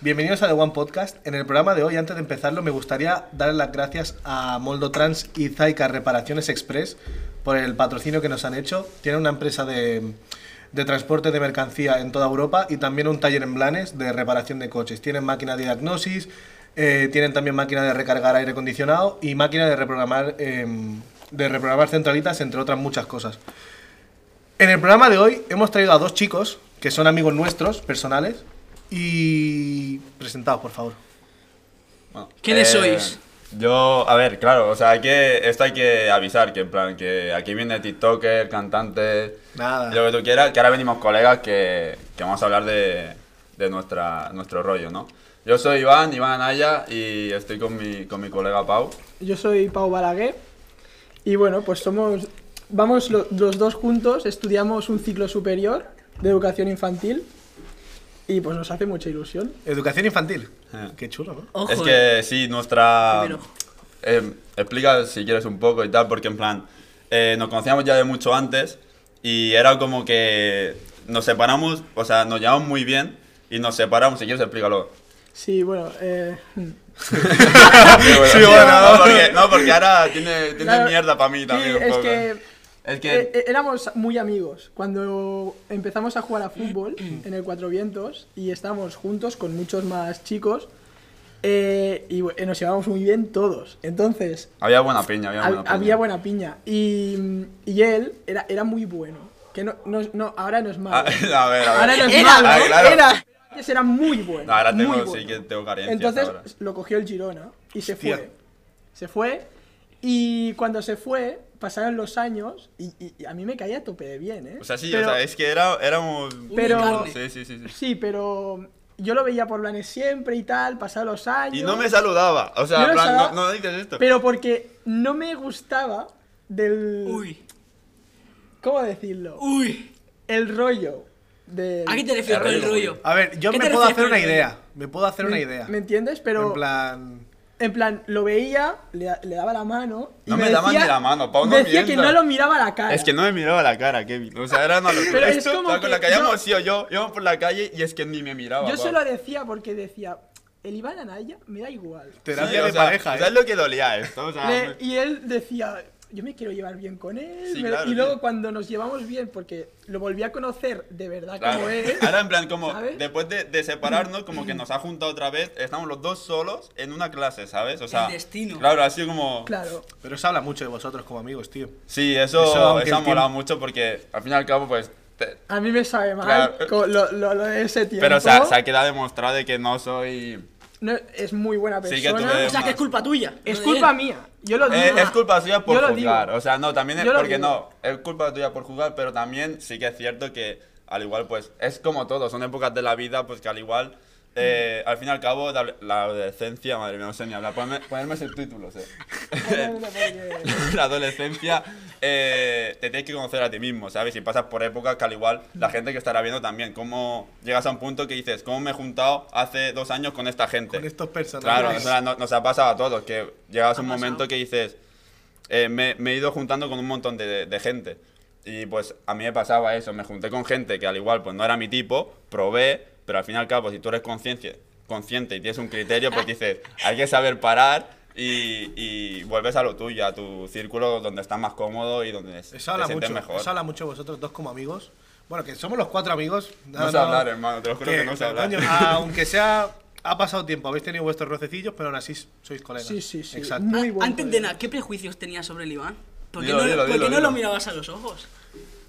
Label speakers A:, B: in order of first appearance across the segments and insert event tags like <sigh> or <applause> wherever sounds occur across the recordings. A: Bienvenidos a The One Podcast. En el programa de hoy, antes de empezarlo, me gustaría dar las gracias a Moldo Trans y Zaika Reparaciones Express por el patrocinio que nos han hecho. Tienen una empresa de, de transporte de mercancía en toda Europa y también un taller en Blanes de reparación de coches. Tienen máquina de diagnosis, eh, tienen también máquina de recargar aire acondicionado y máquina de reprogramar, eh, de reprogramar centralitas, entre otras muchas cosas. En el programa de hoy hemos traído a dos chicos que son amigos nuestros, personales, y presentados, por favor.
B: Bueno, ¿Quiénes
C: eh,
B: sois?
C: Yo, a ver, claro, o sea, hay que, esto hay que avisar, que en plan, que aquí viene TikToker, cantante,
A: Nada.
C: lo que tú quieras, que ahora venimos colegas que, que vamos a hablar de, de nuestra, nuestro rollo, ¿no? Yo soy Iván, Iván Anaya, y estoy con mi, con mi colega Pau.
D: Yo soy Pau Balaguer y bueno, pues somos, vamos lo- los dos juntos, estudiamos un ciclo superior de educación infantil y pues nos hace mucha ilusión.
A: Educación infantil.
C: Eh.
A: Qué chulo, ¿no?
B: Ojo,
C: es que sí, nuestra...
B: Primero.
C: Eh, explica si quieres un poco y tal, porque en plan, eh, nos conocíamos ya de mucho antes y era como que nos separamos, o sea, nos llevamos muy bien y nos separamos, si quieres
D: <laughs>
C: explícalo.
D: Sí, bueno, eh,
A: Sí, bueno.
C: No, porque, no, porque ahora tiene, tiene
D: Claro.
C: mierda para mí
D: sí,
C: también un
D: es
C: poco.
D: que
C: Es que-
D: eh, eh, éramos muy amigos cuando empezamos a jugar
C: <clears throat>
D: a fútbol en el Cuatro Vientos y estábamos juntos con muchos más chicos eh, y bueno, nos llevábamos muy bien todos. Entonces,
C: había buena piña, había
D: Hab-
C: buena piña.
D: Había buena piña. Y, y él era, era muy bueno. Que no, no, no, ahora no es malo.
C: Ah, <laughs> a ver, a ver.
D: Ahora no es
B: Era,
D: malo.
C: Ah, claro.
D: Era. Antes era muy bueno.
C: No, ahora tengo,
D: muy bueno.
C: sí que tengo carencias
D: Entonces
C: ahora.
D: lo cogió el Girona y se
A: Hostia.
D: fue. Se fue. Y cuando se fue, pasaron los años y, y- y a mí me caía a tope de bien, ¿eh?
C: O sea, sí,
D: Pero-
C: o sea, es que era, éramos...
D: pero-
C: Sí, sí, sí, sí.
D: Sí, pero yo lo veía por planes siempre y tal, pasaron los años.
C: Y no me saludaba, o sea,
D: Yo
C: en
D: no
C: plan, no,
D: saludaba,
C: no dices esto.
D: Pero porque no me gustaba del...
B: Uy,
D: ¿Cómo decirlo?
B: uy.
D: el rollo de...
B: ¿A qué te refieres con el rollo?
A: A ver, yo
B: ¿Qué
A: me
B: te
A: puedo
B: refieres
A: hacer
B: con
A: una
B: el rollo?
A: idea. Me puedo hacer una idea.
D: ¿Me entiendes? Pero
A: En plan.
D: lo veía, le, da- le daba la mano. y
C: No me daban
D: decía-
C: ni la mano, Pau, no
D: me Decía que
C: mientas.
D: no lo miraba a la cara.
C: Es que no me miraba la cara, Kevin. O sea, era una locura.
D: Ah, Pero es
C: Esto,
D: como
C: tal, con
D: que
C: la que hayamos
D: yo-
C: sido yo, íbamos por la calle y es que ni me miraba.
D: Yo
C: guau.
D: se lo decía porque decía, el Iván Anaya me da igual.
C: Sí,
A: Terapia
C: o
A: de
C: sea,
A: pareja,
C: ¿Sabes
A: ¿eh?
C: lo que dolía esto? O sea,
D: Le-
C: me-
D: y él decía, yo me quiero llevar bien con él.
C: Sí,
D: me-
C: claro,
D: y luego
C: tío.
D: cuando nos llevamos bien, porque lo volví a conocer de verdad
C: claro.
D: como es.
C: Ahora, en plan, como
D: ¿Sabes?
C: después de, de separarnos, como que nos ha juntado otra vez, estamos los dos solos en una clase, ¿sabes? O sea,
B: El destino.
C: Claro, ha sido como.
D: Claro.
A: Pero se habla mucho de vosotros como amigos, tío.
C: Sí, eso,
A: Eso, aunque
C: eso, ha
A: el
C: molado
A: tiempo-
C: mucho porque al fin y al cabo, pues. te-
D: A mí me sabe mal
C: Claro.
D: co- lo, lo- lo de ese tiempo.
C: Pero o sea, se ha quedado demostrado de que no soy.
D: No, es muy buena
C: Sí
D: persona.
C: que tú le-
B: Ah, O sea, que es culpa tuya.
D: Es
B: no de
D: culpa
B: él.
D: mía. Yo lo digo.
C: Eh, es culpa suya por
D: Yo lo
C: jugar.
D: digo.
C: O sea, no, también es
D: Yo lo
C: porque
D: digo.
C: no. Es culpa tuya por jugar, pero también sí que es cierto que, al igual, pues es como todo. Son épocas de la vida, pues que al igual, eh, al fin y al cabo, la- la adolescencia, madre mía, no sé ni hablar. Ponerme, ponerme subtítulos, eh. <laughs> la adolescencia eh, te tienes que conocer a ti mismo, ¿sabes? Y pasas por épocas que al igual la gente que estará viendo también, cómo llegas a un punto que dices, ¿cómo me he juntado hace dos años con esta gente?
A: Con estos personajes.
C: Claro, o sea, no- nos ha pasado a todos, que llegas a un
B: Ha pasado.
C: momento que dices, eh, me, me he ido juntando con un montón de, de gente. Y pues a mí me pasaba eso, me junté con gente que al igual pues no era mi tipo, probé, pero al fin y al cabo si tú eres consciente, consciente y tienes un criterio, pues dices, hay que saber parar y, y vuelves a lo tuyo, a tu círculo donde estás más cómodo y donde te
A: Eso habla,
C: sientes
A: mucho,
C: mejor.
A: eso habla mucho de vosotros dos como amigos. Bueno, que somos los cuatro amigos.
C: No sé hablar, hermano, te lo juro que,
A: que,
C: no sé hablar.
A: coño, ah. aunque sea. Ha pasado tiempo, habéis tenido vuestros rocecillos, pero aún así sois colegas.
D: <laughs> Sí, sí, sí.
A: Exacto.
D: Muy
B: Ah,
D: buen
B: Antes de
D: colega.
B: nada, ¿qué prejuicios tenías sobre el Iván? ¿Por qué
C: Dilo,
B: no,
C: dilo,
B: por qué
C: dilo,
B: no
C: dilo.
B: lo mirabas a los ojos?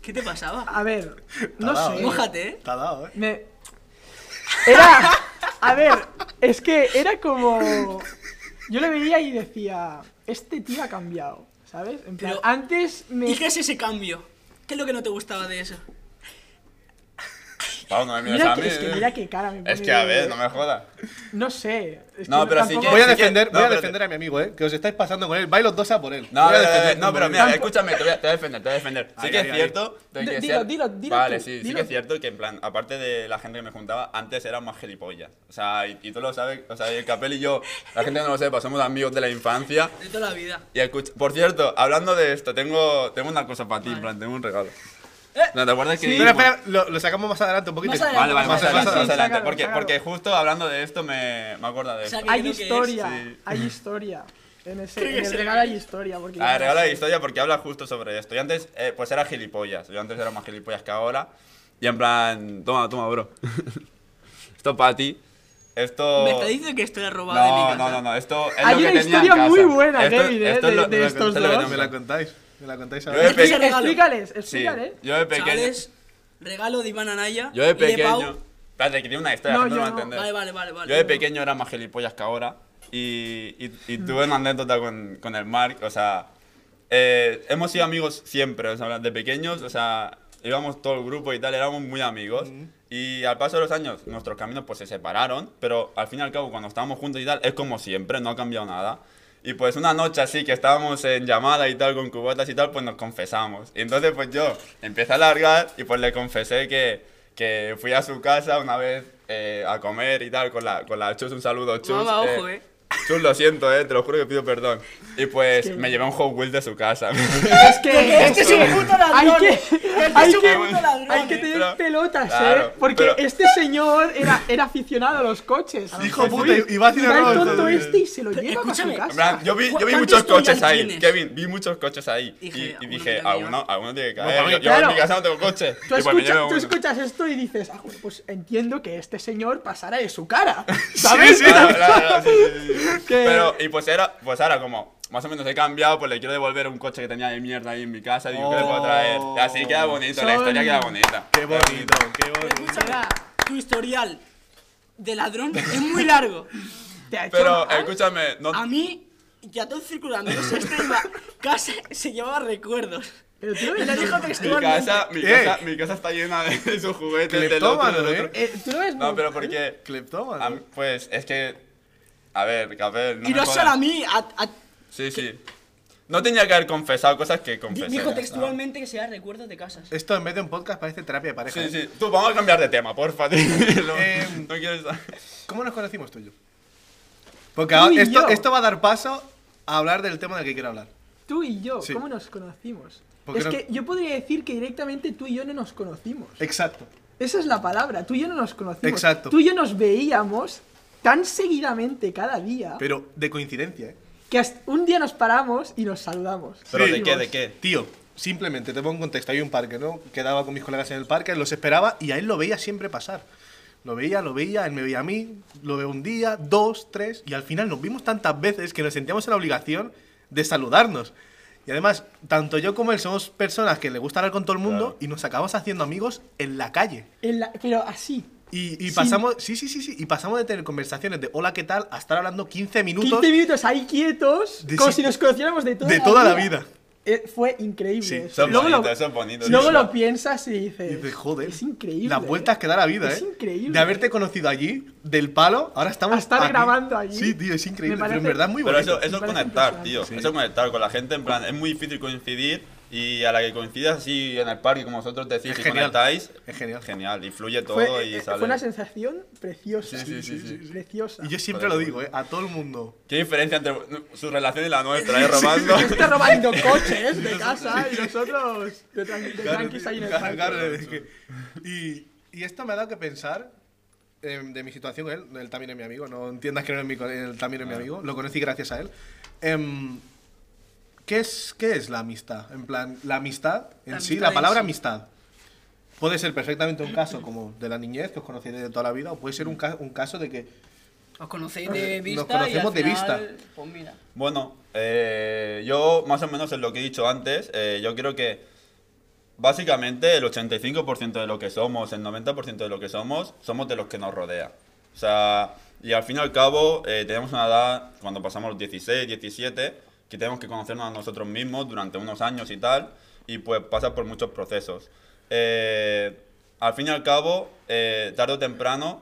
B: ¿Qué te pasaba?
D: A ver, no
A: dado,
D: sé.
A: eh.
B: Mójate, ¿eh?
A: Te ha dado, ¿eh?
D: Me... Era. A ver, es que era como. Yo le veía y decía. Este tío ha cambiado, ¿sabes? En plan,
B: Pero-
D: antes me.
B: ¿Y qué es ese cambio? ¿Qué es lo que no te gustaba de eso?
C: Pau, no me mires
D: Mira
C: a
D: que-
C: mí,
D: es que
C: eh.
D: mira qué cara me
C: Es
D: pone
C: que a
D: de-
C: ver, no me jodas.
D: No sé. es que
C: No, pero sí
D: tampoco-
C: que-
A: Voy a
C: sí
A: defender,
C: no,
A: voy a
C: pero-
A: defender a mi amigo, ¿eh? Que os estáis pasando con él. Vais los dos a por él.
C: No,
A: Voy a
C: no, no,
A: defender
C: no,
A: con
C: pero
A: mi
C: mira,
A: amigo.
C: escúchame, te voy a, te voy a defender, te voy a defender. Sí
A: Ahí,
C: que
A: ahí,
C: es
A: ahí.
C: cierto de
D: Di-
C: que
D: dilo,
C: ser-
D: dilo, dilo
C: Vale,
D: tú,
C: sí, sí
D: dilo
C: que es
D: tú.
C: cierto que en plan, aparte de la gente que me juntaba, antes eran más gilipollas. O sea, y, y tú lo sabes, o sea, y el Capel y yo, la gente que no lo sepa, somos amigos de la infancia.
B: De toda la vida.
C: Y escucha, por cierto, hablando de esto, tengo, tengo una cosa para ti, en
B: Vale.
C: plan, tengo un regalo.
D: Eh,
C: ¿No te acuerdas que.?
A: Pero
C: dijimos-
A: espera, lo, lo sacamos más adelante un poquito.
D: Más adelante.
C: Vale, vale, más
A: Más
C: adelante,
A: adelante,
C: más adelante.
D: sácalo,
C: Porque,
D: sácalo.
C: porque justo hablando de esto me, me acuerdo de
B: O sea,
C: esto.
B: que
D: Hay
B: creo que es-
D: historia,
C: sí.
D: hay historia. En, ese,
B: Creo que
D: en el
B: sí.
D: regalo hay historia. Porque
C: Ah, regalo de historia porque habla justo sobre esto. Yo antes, eh, pues era gilipollas. Yo antes era más gilipollas que ahora. Y en plan, toma, toma, bro. <laughs> esto para ti. Esto.
B: Me está diciendo que estoy robado de mi
C: No,
B: casa.
C: no, no, no, esto es
D: Hay
C: lo que tenía
D: una
C: en
D: historia
C: casa.
D: muy buena,
C: Esto-
D: Kevin, eh,
C: esto es lo-
D: de- de
C: lo que- esto
D: estos
C: es lo que
D: dos.
C: tengo
A: Me
C: en
A: la
C: casa.
A: contáis. Me la contáis
C: Yo
A: ahora.
C: de pe-
B: Explícale. regalo.
D: Explícales,
C: Sí,
D: explícales.
C: yo de pequeño.
B: ¿eh? Chavales, regalo de Iván Anaya.
C: Yo de
B: y Pau.
C: pequeño. Espérate, que tiene una historia,
D: No,
C: no, no
D: yo
C: va a
D: no.
C: entender.
B: Vale, vale, vale, vale.
C: Yo de pequeño era más gilipollas que ahora y, y- y tuve una anécdota con, con el Mark, o sea, eh, hemos sido amigos siempre, o sea, de pequeños, o sea, íbamos todo el grupo y tal, éramos muy amigos y al paso de los años nuestros caminos pues se separaron, pero al fin y al cabo cuando estábamos juntos y tal, es como siempre, no ha cambiado nada. Y pues una noche así que estábamos en llamada y tal con cubotas y tal, pues nos confesamos. Y entonces pues yo empecé a largar y pues le confesé que, que fui a su casa una vez eh, a comer y tal con la, con la Chus, un saludo Chus.
B: Mamá, ojo, eh.
C: Chus, lo siento, eh, te lo juro que pido perdón. Y pues me llevé un Hot Wheels de su casa. <laughs>
D: Es <laughs> que.
B: Este es un puto ladrón.
D: Hay que, hay
B: un
D: que,
B: puto ladrón,
D: hay que tener
C: pero-
D: pelotas,
C: claro,
D: ¿eh? Porque
C: pero-
D: este señor era, era aficionado a los coches.
A: Hijo puta, y va a
D: Va el tonto
A: hacer
D: este y se lo
B: Pero
D: lleva a su
B: escúchame,
C: En
D: casa.
C: plan, yo vi, yo vi
B: ¿Cuántos
C: muchos coches
B: Toyota
C: ahí,
B: tienes?
C: Kevin, vi muchos coches ahí.
B: Dije,
C: y- y, dije, "Ah,
B: "Alguno me tengo que
C: alguno, alguno tiene que
A: No,
C: caer.
A: para mí,
C: yo, yo
D: claro.
C: en mi casa no tengo coche.
D: <laughs> Tú,
C: Y pues me
D: escucha-
C: llevé
D: tú
C: uno.
D: escuchas esto y dices, ah, bueno, pues entiendo que este señor pasará de
C: <laughs>
D: su cara. ¿Sabes?
A: sí,
C: <laughs> Claro, claro, claro, sí, sí,
D: <laughs>
C: sí.
D: Que-
C: Pero, y pues era, pues ahora como, más o menos he cambiado, pues le quiero devolver un coche que tenía de mierda ahí en mi casa, digo, ¿qué le puedo traer? Y así queda bonito, la
D: Son-
C: historia queda bonita.
A: Qué bonito, qué
B: Pero
A: bonito.
B: escúchame,
D: Era-
B: tu historial de ladrón es muy largo.
D: Te ha hecho
C: Pero, eh,
D: mal.
C: escúchame, no...
D: Ah,
B: A mí, ya todo circulando, o sea, este iba, casi se llevaba recuerdos.
D: Pero tú lo
B: Y
D: ves
B: lo dijo
D: normal.
C: Mi
B: textualmente.
C: casa, mi,
A: Eh.
C: casa, mi casa está llena de, <laughs> de sus juguetes, del otro,
A: Cleptómano,
C: del otro.
A: eh.
D: Eh, tú lo ves
C: No, pero
D: normal.
C: porque...
A: Cleptómano.
C: a mí- pues es que... A ver, a ver, no
B: y
C: me Pues
B: no solo
C: jodas.
B: a mí, a, a-
C: Sí, sí. No tenía que haber confesado cosas que confesé. ya
B: dijo
C: está.
B: textualmente que se da recuerdos de casas.
A: Esto en vez de un podcast parece terapia de pareja.
C: Sí,
A: ¿eh?
C: sí. Tú, vamos a cambiar de tema, porfa. No,
A: Em.
C: <laughs> no quiero estar...
A: ¿Cómo nos conocimos tú y yo? Porque
D: Tú
A: ahora-
D: y
A: esto,
D: yo.
A: esto va a dar paso a hablar del tema del que quiero hablar.
D: Tú y yo,
A: Sí.
D: ¿cómo nos conocimos?
A: Porque
D: Es
A: no-
D: que yo podría decir que directamente tú y yo no nos conocimos.
A: Exacto.
D: Esa es la palabra, tú y yo no nos conocimos.
A: Exacto.
D: Tú y yo nos veíamos tan seguidamente cada día
A: Pero de coincidencia, ¿eh?
D: que hasta un día nos paramos y nos saludamos.
C: ¿Pero
A: Sí.
C: de qué, de qué?
A: Tío, simplemente te pongo en contexto. Hay un parque, ¿no? Quedaba con mis colegas en el parque, los esperaba y a él lo veía siempre pasar. Lo veía, lo veía, él me veía a mí, lo veo un día, dos, tres, y al final nos vimos tantas veces que nos sentíamos en la obligación de saludarnos. Y además, tanto yo como él somos personas que le gusta hablar con todo el mundo
C: Claro.
A: y nos acabamos haciendo amigos en la calle.
D: En la- Pero así.
A: Y, y
D: Sí.
A: pasamos, sí, sí, sí, sí, y pasamos de tener conversaciones de hola, ¿qué tal? a estar hablando 15 minutos.
D: 15 minutos ahí quietos,
A: De
D: como
A: sí-
D: si nos conociéramos de toda,
A: de toda la vida.
D: Eh, fue increíble.
A: Sí,
D: eso.
C: Son
D: luego
C: bonitos,
D: lo,
C: son bonitos.
D: luego
C: tío.
D: lo piensas y dices,
A: Y dices, joder.
D: es increíble.
A: Las vueltas que da la vida,
D: Es
A: ¿eh?
D: increíble.
A: De haberte conocido allí, del palo, ahora estamos.
D: A estar
A: aquí.
D: grabando allí.
A: Sí, tío, es increíble.
D: Me
A: Pero en
D: parece-
A: verdad es muy
C: Pero
A: bonito.
C: eso, eso es
D: parece
C: conectar,
D: impresionante.
C: tío.
A: Sí.
C: Eso es conectar con la gente. En plan, es muy difícil coincidir. Y a la que coincidas así en el parque, como vosotros decís,
A: Es
C: y
A: genial.
C: conectáis.
A: Es genial.
C: Genial, y fluye todo
D: Fue,
C: y
D: eh,
C: sale.
D: fue una sensación preciosa.
C: Sí, sí, sí, sí, sí.
D: Preciosa.
A: Y yo siempre lo digo, ¿eh? A todo el mundo.
C: ¿Qué diferencia entre su relación y la nuestra, eh,
D: <laughs>
C: Romando?
D: Está robando coches de casa y nosotros de, tran- de tranquis ahí en el
A: Claro, claro,
D: parque.
A: es que- y, y esto me ha dado que pensar eh, de mi situación con él. Él también es mi amigo, no entiendas que no es mi co- él también
B: Ah.
A: es mi amigo. Lo conocí gracias a él. Em, ¿qué, es, ¿Qué es la amistad? En plan, la amistad en
B: La
A: sí,
B: amistad
A: la
B: en
A: palabra
B: sí.
A: amistad. Puede ser perfectamente un caso como de la niñez, que os conocéis de toda la vida, o puede ser un, ca- un caso de que
B: Os conocéis
A: de
B: de
A: Nos
B: vista.
A: vista y conocemos al de final, vista.
B: Pues mira.
C: Bueno, eh, yo más o menos en lo que he dicho antes, eh, yo creo que básicamente el 85% de lo que somos, el 90% de lo que somos, somos de los que nos rodea. O sea, y al fin y al cabo eh, tenemos una edad, cuando pasamos los 16, 17, que tenemos que conocernos a nosotros mismos durante unos años y tal, y pues pasa por muchos procesos. Eh, al fin y al cabo, eh, tarde o temprano,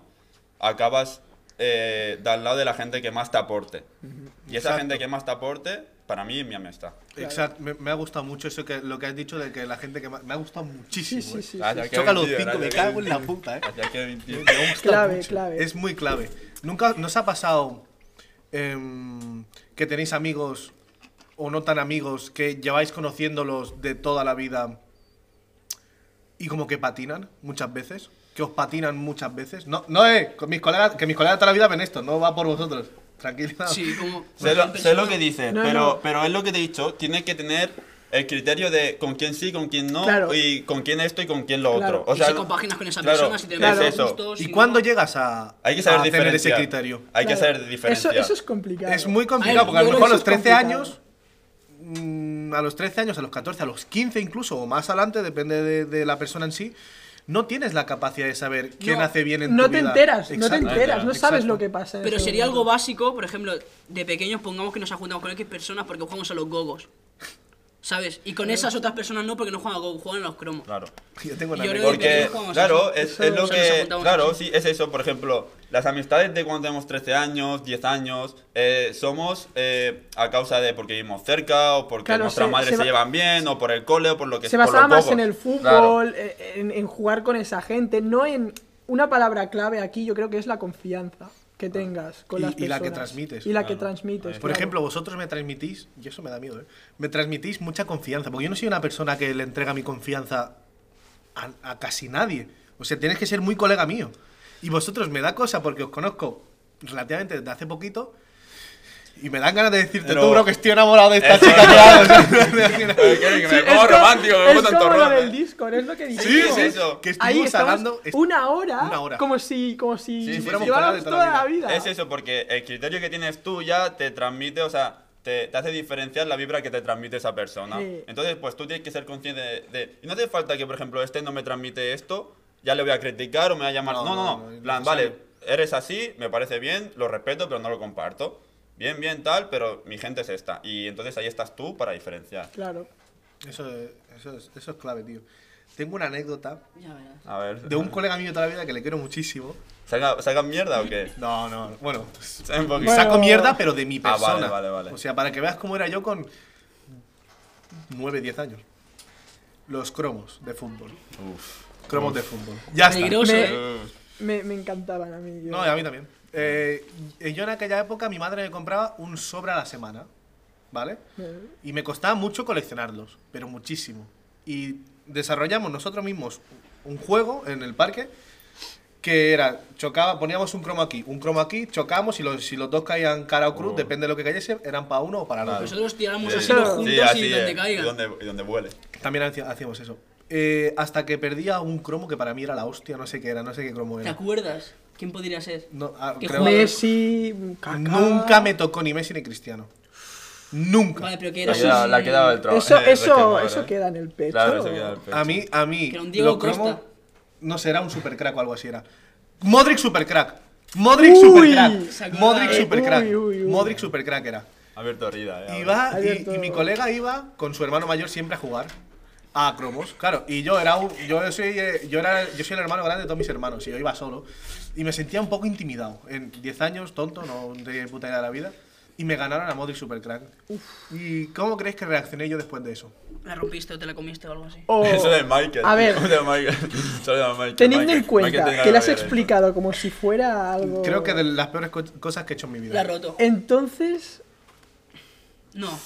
C: acabas eh, del lado de la gente que más te aporte. Y esa
A: Exacto.
C: gente que más te aporte, para mí, es mi amistad.
A: Exacto, me, me ha gustado mucho eso que lo que has dicho de que la gente que más, me ha gustado muchísimo.
D: Sí, sí,
A: eh.
D: sí.
C: Gracias, Kevin,
A: Choca los
C: tío,
A: cinco, me
C: gracias,
A: cago en la
C: Kevin, tío.
A: puta, eh.
C: Gracias, Kevin, tío.
A: Me gusta
D: Clave,
A: mucho.
D: clave.
A: Es muy clave. Nunca nos ha pasado em, que tenéis amigos o no tan amigos que lleváis conociéndolos de toda la vida y como que patinan muchas veces, que os patinan muchas veces. No, no, eh, con mis colegas, que mis colegas de toda la vida ven esto, no va por vosotros. Tranquila.
B: Sí, como.
C: Sé lo, sé lo que dices,
D: No,
C: pero,
D: no.
C: pero es lo que te he dicho. Tienes que tener el criterio de con quién sí, con quién no,
D: Claro.
C: y con quién esto y con quién lo
D: Claro.
C: otro. O
B: Y
C: sea,
B: si compaginas con esa
C: claro,
B: persona, si te
C: es
D: ves
C: eso.
B: gustos,
A: ¿Y
B: si
A: cuándo
B: no-
A: llegas a,
C: Hay que saber
B: Ah,
A: a tener ese
C: diferenciar.
A: criterio?
C: Hay que
D: Claro.
C: saber diferenciar.
D: Eso, eso es complicado.
A: Es muy complicado,
B: A ver,
A: porque a
B: yo
A: lo
B: creo
A: mejor a
B: que
A: los
D: eso es
A: 13
D: complicado.
A: años, mm, a los 13 años, a los 14, a los 15 incluso, o más adelante, depende de, de la persona en sí, no tienes la capacidad de saber quién
B: No,
A: hace bien en
D: No
A: tu
D: te
A: vida.
D: enteras, no te
A: Exacto.
D: enteras, no sabes
A: Exacto.
D: lo que pasa. en
B: Pero
D: ese
B: sería algo
D: momento.
B: básico, por ejemplo, de pequeños pongamos que nos juntado con X personas porque jugamos a los gogos. ¿Sabes? Y con esas otras personas no porque no juegan a gogo, juegan a los cromos.
C: Claro.
A: Yo tengo una
B: Yo creo
A: anécdota.
B: que
C: Porque,
B: nos jugamos
C: claro,
B: eso.
C: es,
D: Eso
C: es lo
D: nos
C: que.
B: apuntamos
C: Claro,
B: así.
C: sí, es eso. Por ejemplo, las amistades de cuando tenemos 13 años, 10 años, eh, somos eh, a causa de porque vivimos cerca, o porque
D: Claro,
C: nuestras
D: se-
C: madres
D: se
C: se,
D: ba-
C: llevan bien, o por el cole, o por lo que
D: Se
C: por los
D: basaba más
C: pocos.
D: en el
C: Claro.
D: fútbol, eh, en, en jugar con esa gente, no en. Una palabra clave aquí yo creo que es la confianza que tengas con
A: Ah. Y-
D: las
A: y la que
D: personas.
A: transmites.
D: Y la que
C: Claro.
D: transmites.
A: Por
D: claro.
A: ejemplo, vosotros me transmitís, y eso me da miedo, ¿eh? me transmitís mucha confianza, porque yo no soy una persona que le entrega mi confianza a, a casi nadie. O sea, tienes que ser muy colega mío. Y vosotros me da cosa porque os conozco relativamente desde hace poquito y me dan ganas de decirte,
C: Pero-
A: tú, bro, que estoy enamorado de esta
C: Eso
A: chica,
C: es.
A: <laughs> claro. O sea,
C: Eh, que- que
D: Sí,
C: me
D: es
C: pongo
D: como-
C: romántico, me
D: es
C: pongo tanto
D: como lo
C: ron,
D: del
C: eh.
D: Discord, es lo que dijimos.
A: Sí,
C: es
A: sí,
C: eso.
A: que estuvimos
D: Ahí estamos
A: hablando es-
D: una hora,
A: una hora.
D: como si como
C: Sí,
D: si
C: sí, sí.
D: lleváramos
A: Fuéramos
D: toda la
A: colegas
D: vida.
C: Es eso, porque el criterio que tienes tú ya te transmite, o sea, te, te hace diferenciar la vibra que te transmite esa persona.
D: Sí.
C: Entonces, pues tú tienes que ser consciente de, de- Y no hace falta que, por ejemplo, este no me transmite esto, ya le voy a criticar o me va a llamar...
A: No,
C: No, no,
A: no,
C: no.
A: no, no
C: plan,
A: es
C: vale,
A: necesario.
C: eres así, me parece bien, lo respeto, pero no lo comparto. Bien, bien, tal, pero mi gente es esta. Y entonces ahí estás tú para diferenciar.
D: Claro.
A: Eso, es- eso es- eso es clave, tío. Tengo una anécdota
B: Ya verás.
C: A ver...
A: de un colega mío de toda la vida que le quiero muchísimo.
C: ¿Saca, sacan mierda o qué?
A: No, no, bueno,
C: Un poquito.
D: Bueno.
A: saco mierda, pero de mi
C: Ah, vale,
A: persona.
C: vale, vale.
A: O sea, para que veas cómo era yo con 9, 10 años. Los cromos de fútbol.
C: Uf.
A: Cromos de fútbol. Ya está.
B: Peligroso,
D: Me-
B: ¿eh?
C: Uf.
D: Me, me encantaban a mí. yo.
A: No, y a mí también. Eh, y yo en aquella época mi madre me compraba un sobre a la semana, ¿vale?
D: Eh,
A: Y me costaba mucho coleccionarlos, pero muchísimo. Y desarrollamos nosotros mismos un juego en el parque que era, chocaba, poníamos un cromo aquí, un cromo aquí, chocábamos y los, si los dos caían cara o cruz,
C: Oh.
A: depende de lo que cayese, eran para uno o para el
C: Vale.
A: otro.
B: Nosotros tiramos
C: Sí,
B: así los
D: sí,
B: juntos
C: así
B: y
C: es,
B: donde
C: Y
B: caigan.
C: donde, y donde vuele.
A: También hacía- hacíamos eso. Eh, hasta que perdía un cromo que para mí era la hostia, no sé qué era, no sé qué cromo
B: ¿Te
A: era.
B: acuerdas? ¿Quién podría ser?
A: No, ah,
B: ¿Qué
A: creo-
B: jugador?
D: Messi, Kaká.
A: nunca me tocó ni Messi ni Cristiano. Nunca.
B: Vale, pero que
C: Le
B: era
C: ha quedado-
B: un-
C: le ha quedado el trabajo. <laughs>
D: Eso,
C: el
D: eso,
C: resquemor,
D: eso
C: ¿eh?
D: queda en el pecho.
C: Claro, eso queda en el pecho.
A: A mí, a mí.
B: Que era un Diego
A: lo cromo-
B: Costa.
A: No sé, era un supercrack o algo así era. Modric supercrack. Modric
D: Uy.
A: supercrack.
B: Sacó
A: Modric
B: la-
A: supercrack.
D: Uy, uy, uy.
A: Modric supercrack era.
C: Abierto herida, eh.
A: Iba, y,
D: Abierto.
A: y mi colega iba con su hermano mayor siempre a jugar. A cromos, claro. Y yo era un, yo soy eh, yo era yo soy el hermano grande de todos mis hermanos y yo iba solo y me sentía un poco intimidado. En 10 años, tonto, no tenía ni puta idea de la vida y me ganaron a Modric Supercrack. ¿Y cómo crees que reaccioné yo después de eso?
B: ¿La rompiste o te la comiste o algo así?
D: O-
C: <laughs> <laughs> Eso de Michael.
D: A
C: <laughs>
D: ver.
C: Eso de Michael. Eso de Michael.
D: Teniendo
C: Michael.
D: en cuenta
C: Michael tenía
D: que le has
C: ver eso.
D: explicado como si fuera algo.
A: Creo que de las peores co- cosas que he hecho en mi vida.
B: La ha roto.
D: Entonces,
B: No.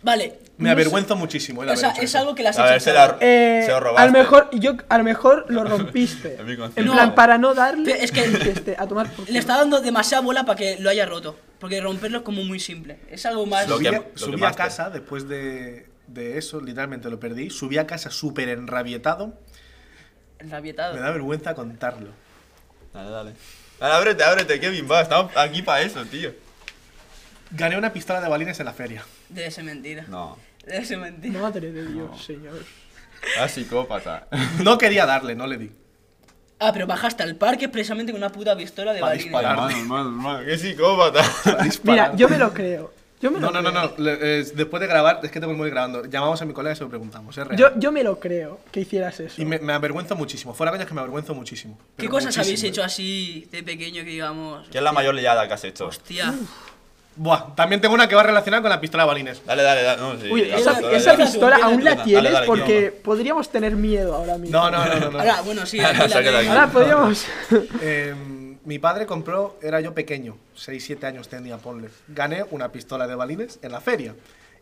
B: Vale.
A: Me avergüenzo muchísimo. eh, de
B: O sea,
A: haber hecho
B: es
A: eso.
B: algo que la has
C: A ver,
B: hecho.
C: se la-
D: eh,
C: Se lo robaste.
D: a lo mejor yo a lo mejor
C: <laughs>
D: lo rompiste.
C: Es mi concepto.
D: en
B: No.
D: plan para no darle
B: Pero
D: <laughs>
B: es que-
D: dijiste, a tomar por
B: Le
D: culo.
B: está dando demasiada bola para que lo haya roto. Porque romperlo es como muy simple. Es algo más.
C: Lo
A: Subí,
C: que-
A: a-
C: lo
A: subí a
C: quemaste.
A: casa después de, de eso, literalmente lo perdí. Subí a casa súper enrabietado.
B: enrabietado.
A: Me da vergüenza contarlo.
C: Dale, dale. Dale, ábrete, ábrete, Kevin, va. Estamos aquí para eso, tío.
A: Gané una pistola de balines en la feria. <laughs>
B: Debe ser mentira.
C: No.
B: Debe ser mentira.
D: Madre de Dios, señor.
C: Ah, psicópata.
A: No quería darle, no le di.
B: Ah, pero bajaste al parque expresamente con una puta pistola de
A: Para
B: balines.
A: disparar.
C: Hermano, hermano, hermano. Qué psicópata. <laughs>
D: Mira,
A: Disparado.
D: yo me lo creo. Yo me
A: No,
D: lo
A: no, no,
D: creo.
A: no. le- eh, después de grabar, es que tengo el móvil grabando. Llamamos a mi colega y se lo preguntamos. Es real.
D: Yo, yo me lo creo que hicieras eso.
A: Y me, me avergüenzo muchísimo. Fuera coñas que me avergüenzo muchísimo.
B: ¿Qué
A: Pero
B: cosas habéis
A: muchísimo.
B: hecho así de pequeño que digamos?
C: ¿Qué es la mayor liada que has hecho?
B: Hostia.
A: Buah, también tengo una que va relacionada con la pistola de balines.
C: Dale, dale, dale. No, sí,
D: Uy,
C: la
D: esa,
C: pistola,
D: esa
C: dale.
D: pistola aún la
C: Dale,
D: tienes
C: dale,
D: porque
C: quítala.
D: podríamos tener miedo ahora mismo.
A: No, no, no, no. no.
B: Ahora, bueno, sí.
C: Ahora,
B: aquí la
C: sácala
B: tengo.
C: aquí.
D: Ahora podríamos.
A: Eh, mi padre compró, era yo pequeño, 6-7 años tenía, ponle. Gané una pistola de balines en la feria.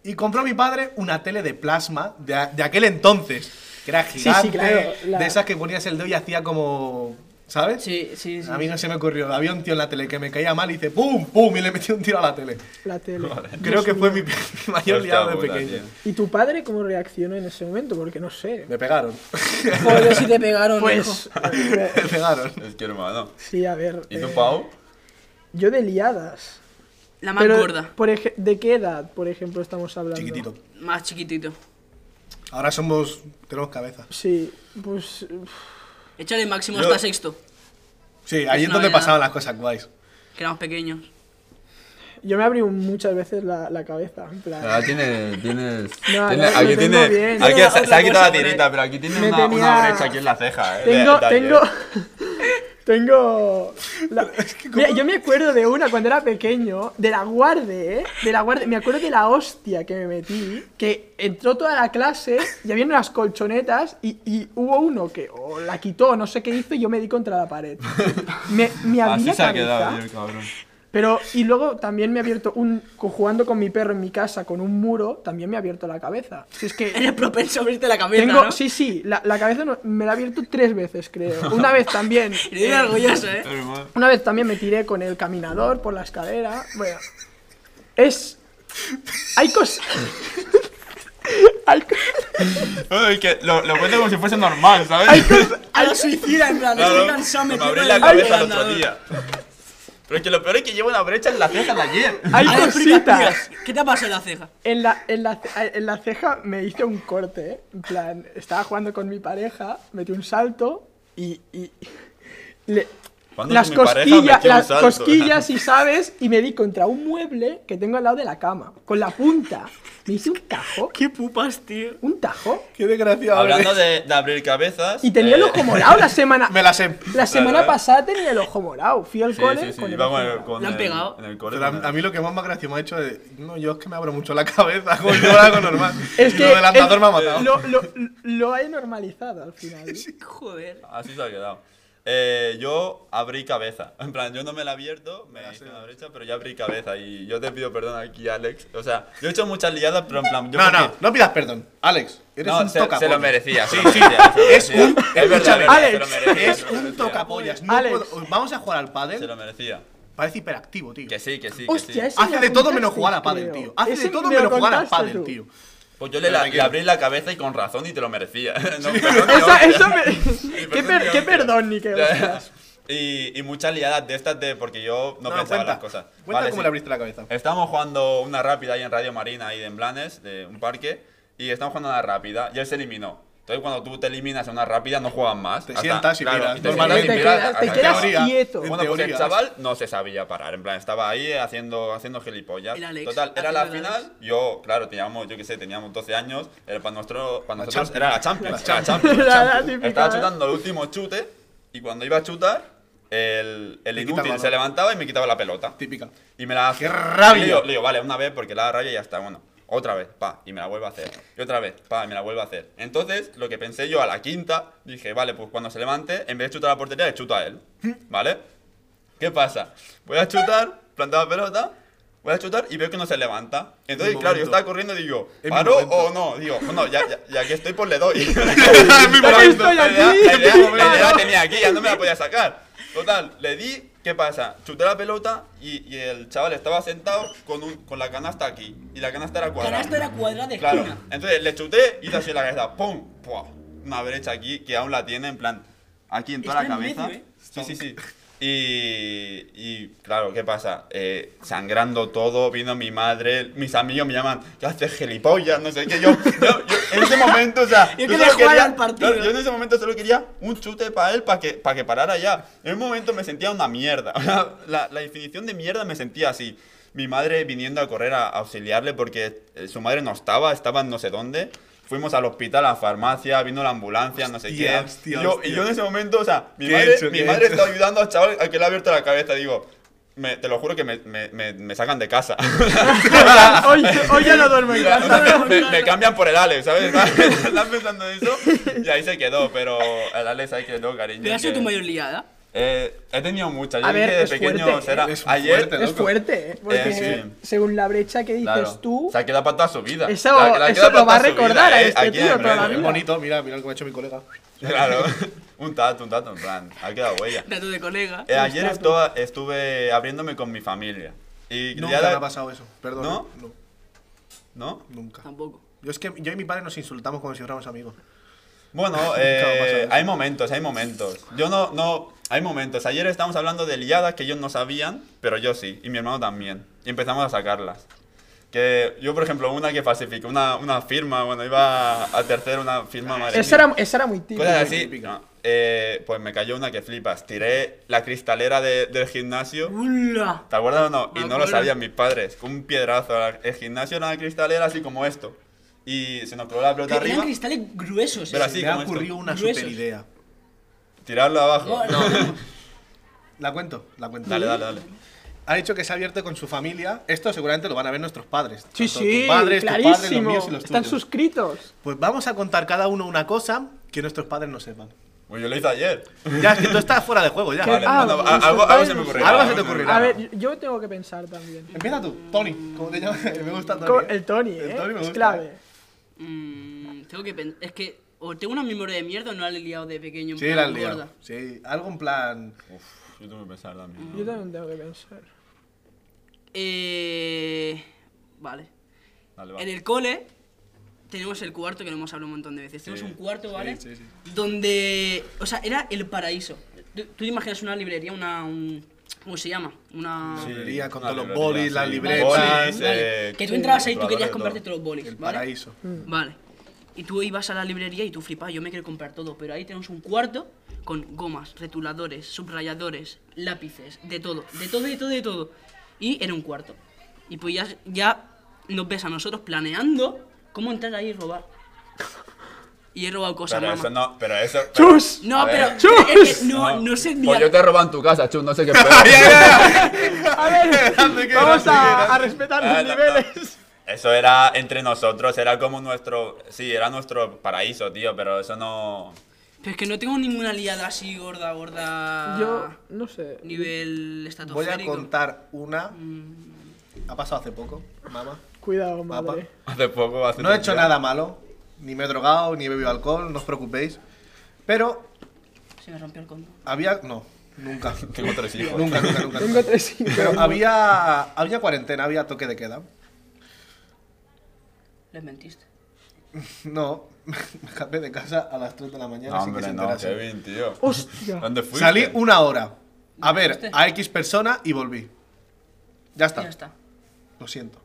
A: Y compró mi padre una tele de plasma de, a- de aquel entonces. que era
D: sí,
A: gigante,
D: claro, la-
A: de esas que ponías el dedo y hacía como, ¿sabes?
B: Sí, sí, sí.
A: A mí no se me ocurrió. Había un tío en la tele que me caía mal y dice ¡pum! ¡pum! y le metí un tiro a la tele.
D: La tele.
A: Creo que fue mi, mi mayor
C: Hostia
A: liado de
C: puta,
A: pequeño.
C: tío.
D: ¿Y tu padre cómo reaccionó en ese momento? Porque
A: <laughs>
D: no sé.
A: Me pegaron.
B: Joder, si te pegaron,
D: Pues. eh,
A: <laughs> me
C: <laughs>
A: pegaron.
C: Es que hermano.
D: sí, a ver.
C: ¿Y tú,
D: eh,
C: Pau?
D: Yo de liadas.
B: La más
D: Pero,
B: gorda.
D: por ej- ¿De qué edad, por ejemplo, estamos hablando?
A: Chiquitito.
B: Más chiquitito.
A: Ahora somos. Tenemos cabeza.
D: Sí, pues. uf,
B: Échale máximo
C: Yo-
B: hasta sexto,
A: Sí, ahí es
B: una
A: donde
B: vaina.
A: pasaban las cosas guays.
B: que éramos pequeños. <laughs>
D: Yo me abrí un- muchas veces la, la cabeza. en
C: Ah,
D: plan,
C: tiene, tienes,
D: No, tiene- no, lo aquí tengo tiene- bien.
C: Aquí
B: Tiene
C: se,
B: una-
C: se ha quitado
B: una
C: la
B: cosa por
C: tirita, pero aquí tiene
D: Me
C: una, una
D: tenía-
C: brecha aquí en la ceja. eh, de-
D: Tengo,
C: de ayer.
D: tengo. <laughs> Tengo.
C: <laughs>
D: la- Mira, yo me acuerdo de una cuando era pequeño, de la guarde, ¿eh? De la guarde. Me acuerdo de la hostia que me metí, que entró toda la clase y había unas colchonetas y, y hubo uno que o la quitó, no sé qué hizo, y yo me di contra la pared. Me, me abrí
C: Así
D: la
C: se ha
D: cabeza,
C: quedado el cabrón.
D: Pero, y luego también me he abierto un. Jugando con mi perro en mi casa con un muro, también me he abierto la cabeza. Si es que.
B: Eres propenso a abrirte la cabeza,
D: Tengo,
B: ¿no?
D: sí, sí, la, la cabeza no- me la he abierto tres veces, creo. Una vez también.
B: Eres
D: eh,
B: orgulloso, ¿eh?
C: Hermano.
D: una vez también me tiré con el caminador por la escalera. Bueno, es. Hay cosas. <laughs> hay, co-
C: Ay, que lo, lo cuento como si fuese normal, ¿sabes?
D: hay cosas.
B: A lo suicida, en plan, estoy
C: Claro,
B: cansado, me
C: me
B: tiro
C: abrí
B: en
C: la
B: el
C: cabeza el otro
B: andador.
C: día. Pero es que lo peor es que llevo una brecha en la ceja de ayer.
D: Hay
B: A ver, explica,
D: cositas.
B: explica, ¿Qué te ha pasado en la ceja?
D: En la, en, la, en la ceja me hice un corte, ¿eh? En plan, estaba jugando con mi pareja, metí un salto y. y- le-
C: Cuando
D: las
C: con mi pareja
D: cosquilla-
C: metí un
D: las
C: salto. <laughs>
D: cosquillas, si sabes, y me di contra un mueble que tengo al lado de la cama, con la punta. Me hice un tajo,
B: Qué pupas, tío.
D: un tajo,
A: Qué desgraciado. eh.
C: Hablando
A: eres.
C: de, de abrir cabezas.
D: y tenía el
C: eh,
D: ojo morado
C: <laughs>
D: la semana.
A: <laughs> Me la sé.
D: La semana
C: Claro.
D: pasada tenía el ojo morado. Fui al
C: Sí,
D: cole
C: sí, sí,
D: con el
C: iba
D: ojo
C: con el-
D: morado.
C: con
B: Le han
C: el-
B: pegado.
C: En el cole.
A: Pero a, a mí lo que más me ha gracioso me ha hecho es. No, yo es que me abro mucho la <laughs> cabeza. Como yo lo hago normal.
D: <laughs> Es
A: Y
D: que
A: lo del andador
D: el-
A: me ha matado.
D: Lo, lo, lo he normalizado al
C: <laughs>
D: final.
B: Joder.
C: Así se ha quedado. Eh, yo abrí cabeza. En plan, yo no me la he abierto, me hice una brecha, pero yo abrí cabeza. Y yo te pido perdón aquí, Alex. O sea, yo he hecho muchas liadas, pero en plan. Yo
A: No,
C: porque-
A: no, no pidas perdón. Alex, eres
C: No,
A: un
C: se,
A: tocapollas.
C: se lo merecía.
A: Sí,
C: se lo
A: sí.
C: merecía, se lo
A: Es
C: merecía.
A: un-
C: Es verdad,
A: escúchame,
C: es verdad,
D: Alex,
C: se lo merecía,
A: Es
C: <laughs> se lo
A: un
C: merecía.
A: tocapollas. No
D: Alex.
A: puedo- Vamos a jugar al
C: Se lo
A: pádel.
C: merecía.
A: Parece hiperactivo, tío.
C: Que sí, que sí. Que sí.
D: Hostia, ese
A: Hace
D: me
A: de
D: lo
A: todo menos
D: contaste,
A: jugar a pádel,
D: creo.
A: tío. Hace
D: Ese
A: de todo
D: me lo
A: menos jugar a
D: contaste
A: pádel,
D: tú.
A: tío.
C: Pues yo le, la- le abrí la cabeza y con razón y te lo merecía. <laughs> No, perdón, no.
D: Esa- eso me-
C: <laughs> Y
D: ¿Qué,
C: perdón,
D: per-
C: tío,
D: qué
C: que-
D: perdón,
C: <laughs>
D: ni qué
C: Ya.
D: hostias.
C: Y, y muchas liadas de estas de porque yo no, pensaba
A: cuenta.
C: las cosas.
A: Cuenta
C: Vale,
A: cómo
C: sí. Eh,
A: le abriste la cabeza.
C: Estábamos jugando una rápida ahí en Radio Marina, ahí de Blanes, de un parque, y estábamos jugando una rápida, y él se eliminó. Entonces, cuando tú te eliminas en una rápida, no juegas más.
A: Te sientas y miras.
C: y
A: Normalmente
C: sientas y
D: te
C: miras
D: quedas-
C: hasta
D: te
C: que
D: quedas
C: acabas.
A: teoría,
D: quieto.
A: en
C: Bueno, pues el
A: teoría.
C: chaval no se sabía parar, en plan, estaba ahí haciendo, haciendo gilipollas.
B: El Alex,
C: Total, era la
B: haciendo el Alex.
C: final, yo, claro, teníamos, yo qué sé, teníamos 12 años, era para, nuestro, para nosotros
A: Champions.
C: era la Champions,
A: La
C: era la Champions.
D: La- la
C: Champions.
D: típica,
C: Estaba
D: ¿eh?
C: chutando el último chute, y cuando iba a chutar, el, el
A: Te quita el
C: inútil
A: balón.
C: se levantaba y me quitaba la pelota.
A: Típica.
C: Y me la hace.
A: ¡Qué rabia!
C: Y Le digo, le digo, vale, una vez porque la da rabia y ya está. Bueno, otra vez, pa, y me la vuelve a hacer. Y otra vez, pa, y me la vuelve a hacer. Entonces, lo que pensé yo a la quinta, dije, vale, pues cuando se levante, en vez de chutar a la portería, le chuto a él. ¿Vale? ¿Qué pasa? Voy a chutar, plantaba la pelota, voy a chutar y veo que no se levanta. Entonces,
A: Mi
C: claro, yo
A: momento.
C: estaba corriendo y digo,
A: Es mi
C: ¿paro
A: momento.
C: o no? Digo, bueno, ya, ya, ya que estoy, pues le doy. <laughs>
A: Es mi
D: Ya que
A: momento.
D: estoy
C: La idea-
D: aquí,
C: la idea-
D: sí,
C: la idea la
D: claro.
C: tenía aquí, ya no me
B: <laughs>
C: la podía sacar. Total, le di, ¿qué pasa? Chuté la pelota y, y el chaval estaba sentado con, un, con la canasta aquí. Y la canasta era cuadrada.
B: Canasta era cuadrada de
C: Claro.
B: esquina.
C: Entonces le chuté y hizo así en la cabeza. ¡Pum! ¡Pua! Una brecha aquí que aún la tiene, en plan, aquí en toda
B: Está
C: la
B: en medio,
C: cabeza.
B: ¿eh?
C: Sí, sí, sí. Y, y, claro, ¿qué pasa? Eh, sangrando todo, vino mi madre, mis amigos me llaman, ¿qué haces gilipollas? No sé qué, yo, yo- yo en ese momento, o
A: <laughs>
C: sea,
B: Yo
C: solo
B: quería jugar al partido.
C: claro, yo en ese momento solo quería un chute para él, para que, para que parara ya. En un momento me sentía una mierda, <laughs> o sea, la, la definición de mierda me sentía así. Mi madre viniendo a correr a, a auxiliarle porque eh, su madre no estaba, estaba en no sé dónde. Fuimos al hospital, a la farmacia, vino la ambulancia, no sé
A: Hostia,
C: qué.
A: hostia,
C: Y yo-
A: hostia.
C: Y yo en ese momento, o sea, mi
A: ¿Qué he
C: madre,
A: hecho?
C: mi
A: ¿Qué he
C: madre
A: hecho?
C: está ayudando al chaval al que le ha abierto la cabeza. Digo, me- te lo juro que me, me- me- me sacan
A: <laughs>
C: de casa. <laughs>
D: Hoy, hoy ya no duermo en casa.
C: me, me cambian por el Alex, ¿sabes? <laughs> Están pensando en eso. Y ahí se quedó, pero el Alex ahí quedó, cariño.
B: ¿Te ha sido
C: que-
B: tu mayor liada?
C: Eh, he tenido muchas. Yo
D: A
C: dije
D: ver,
C: de
D: es
C: pequeño,
D: fuerte,
C: o sea, era-
A: ¿eh? Es
C: ayer.
A: fuerte,
D: Es
A: loco.
D: fuerte, ¿eh? porque
C: Eh, sí.
D: según la brecha que dices
C: Claro.
D: tú,
C: Se ha quedado para toda su vida.
D: Eso-
C: Se ha quedado
D: eso
C: para
D: lo va
C: toda
D: a
C: su
D: recordar
C: vida,
D: a
C: ¿eh?
D: este
C: Aquí
D: tío
C: en
D: toda la
C: breve.
A: Es
D: vida.
A: bonito, mira, mira lo que me ha hecho mi colega.
C: <laughs> Claro, un tato, un tato, en plan, ha quedado huella.
B: Dato de colega.
C: Eh, ayer esto- estuve abriéndome con mi familia. Y
A: Nunca
C: la-
A: me ha pasado eso, perdón.
C: ¿No?
A: No,
C: ¿No?
A: nunca.
B: Tampoco.
A: Yo es que yo y mi padre nos insultamos como si fuéramos amigos.
D: <laughs>
C: Bueno,
A: me ha pasado
C: eh,
A: eso.
C: hay momentos, hay momentos. Yo no, no, hay momentos. Ayer estábamos hablando de liadas que ellos no sabían, pero yo sí, y mi hermano también. Y empezamos a sacarlas. Que yo, por ejemplo, una que falsificó una, una firma, bueno, iba a tercer una firma madre
D: Ah, esa
C: mía.
D: era, esa era muy típica.
C: Cosas
A: típica,
C: así.
A: típica.
C: no, eh, pues me cayó una que flipas. Tiré la cristalera de- del gimnasio.
B: ¡Ula!
C: ¿Te acuerdas o no?
B: Me
C: Y no lo
B: acuerdo.
C: sabían mis padres. Un piedrazo. la- El gimnasio era una cristalera así como esto. Y se nos coló la pelota
B: Eran
C: arriba.
B: cristales gruesos.
C: Pero
B: eh.
C: así
A: me ha
C: como esto.
A: ocurrido una
B: Gruesos.
A: super idea.
C: Tirarlo abajo.
B: No, no, no.
A: ¿La cuento? La cuento.
C: Dale, dale, dale.
A: Ha dicho que se ha abierto con su familia. Esto seguramente lo van a ver nuestros padres.
D: Sí,
A: Tanto
D: sí,
A: Tus padres, tus
D: clarísimo.
A: padres, los míos y los
D: Están
A: tuyos.
D: suscritos.
A: Pues vamos a contar cada uno una cosa que nuestros padres no sepan.
C: Pues yo lo hice ayer.
A: Ya, es que tú estás fuera de juego ya.
D: <laughs> ¿Qué?
C: Vale,
D: Ah,
C: bueno,
D: pues,
C: a- algo,
D: padres
C: algo se me
D: no
C: ocurrirá.
A: saben. Algo se te
C: me
A: ocurrirá.
D: A ver, yo yo tengo que pensar también.
A: Empieza tú, Tony. ¿Cómo te llamas? <laughs> Me gusta Tony.
D: Co-
A: ¿eh?
D: El Tony, ¿eh?
A: El Tony me
D: es
A: gusta.
D: clave.
B: Mm, tengo que pensar. Es que. O tengo una memoria de mierda o no la he liado de pequeño. en
A: Sí,
B: plan
A: la has liado.
B: gorda.
A: Sí, algo en
D: <laughs>
A: plan.
C: Uf, yo tengo que pensar
D: Yo
C: también.
D: también tengo que pensar.
B: Eh. Vale.
C: Dale,
B: En
C: va.
B: el cole. Tenemos el cuarto que lo hemos hablado un montón de veces. Tenemos
C: Sí,
B: un cuarto, ¿vale?
A: sí, sí.
B: Donde. O sea, era el paraíso. Tú, tú te imaginas una librería, una. un- ¿Cómo se llama? Una.
A: Sí. librería con
C: una
A: todos los
C: librería,
A: bolis, las
C: sí.
A: libretas.
C: Bolis,
B: Vale,
C: eh,
B: que tú entrabas ahí y tú
C: controladores,
B: querías
C: todo.
B: comprarte todos los bolis,
A: El
B: ¿vale?
A: paraíso.
B: Mm. Vale. Y tú ibas a la librería y tú flipabas, yo me quiero comprar todo, pero ahí tenemos un cuarto con gomas, retuladores, subrayadores, lápices, de todo, de todo, de todo, de todo. Y era un cuarto. Y pues ya, ya nos ves a nosotros planeando cómo entrar ahí y robar. Y he robado cosas,
C: Pero eso
B: mamá.
C: no, pero eso. pero-
D: ¡Chus!
B: No,
C: A ver. <laughs>
B: pero es que no,
C: No.
B: no sé ni
C: Pues
B: a-
C: yo te he robado en tu casa, chus, no
B: <laughs>
C: sé qué pedo. <laughs>
D: A ver,
A: <laughs> grande, qué grande,
D: vamos
A: qué
D: a,
A: grande.
D: a respetar
C: Ah,
D: los
C: no,
D: niveles.
C: Eso era entre nosotros, era como nuestro. Sí, era nuestro paraíso, tío, pero eso no.
B: Pero es que no tengo ninguna liada así gorda, gorda.
D: Yo, no sé.
B: Ah, Nivel
A: Voy
B: estratosférico.
A: a contar una.
B: Mm,
A: Ha pasado hace poco, mamá.
D: Cuidado,
A: Papá.
D: madre.
C: Hace poco, hace
A: No he hecho
C: días.
A: nada malo. Ni me he drogado, ni he bebido alcohol, no os preocupéis. Pero
B: Se me rompió el condón.
A: había. No, nunca.
C: <laughs> Tengo tres hijos.
A: nunca, nunca, nunca.
D: Tengo
A: nunca.
D: tres hijos.
A: <laughs> Pero había, había cuarentena, había toque de queda.
B: Les mentiste.
A: No, <laughs> me escapé de casa a las 3 de la mañana
C: No,
A: sin que se
C: hombre, no,
A: enterase.
C: Kevin, tío.
D: Hostia.
C: ¿Dónde fuiste?
A: Salí una hora a ver
B: ¿Fuiste?
A: a X persona y volví. Ya está.
B: Ya está.
A: Lo siento.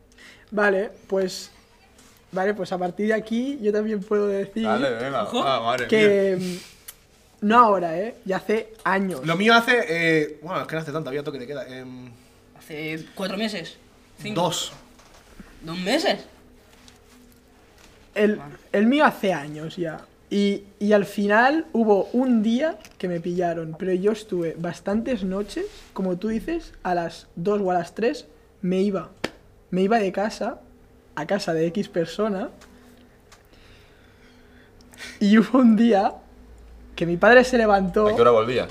D: Vale, pues. Vale, pues a partir de aquí yo también puedo decir
C: Dale, venga.
B: Ojo.
C: Ah, madre mía.
D: que. mm, No ahora, ¿eh? Ya hace años.
A: Lo mío hace. eh, bueno, es que no hace tanto, había toque de queda. em,
B: Hace cuatro meses. Cinco.
A: dos.
B: ¿Dos meses?
D: El, el mío hace años ya. Y, y al final hubo un día que me pillaron, pero yo estuve bastantes noches, como tú dices, a las 2 o a las 3 me iba. Me iba de casa, a casa de X persona. Y hubo un día que mi padre se levantó,
C: ¿A qué hora volvías?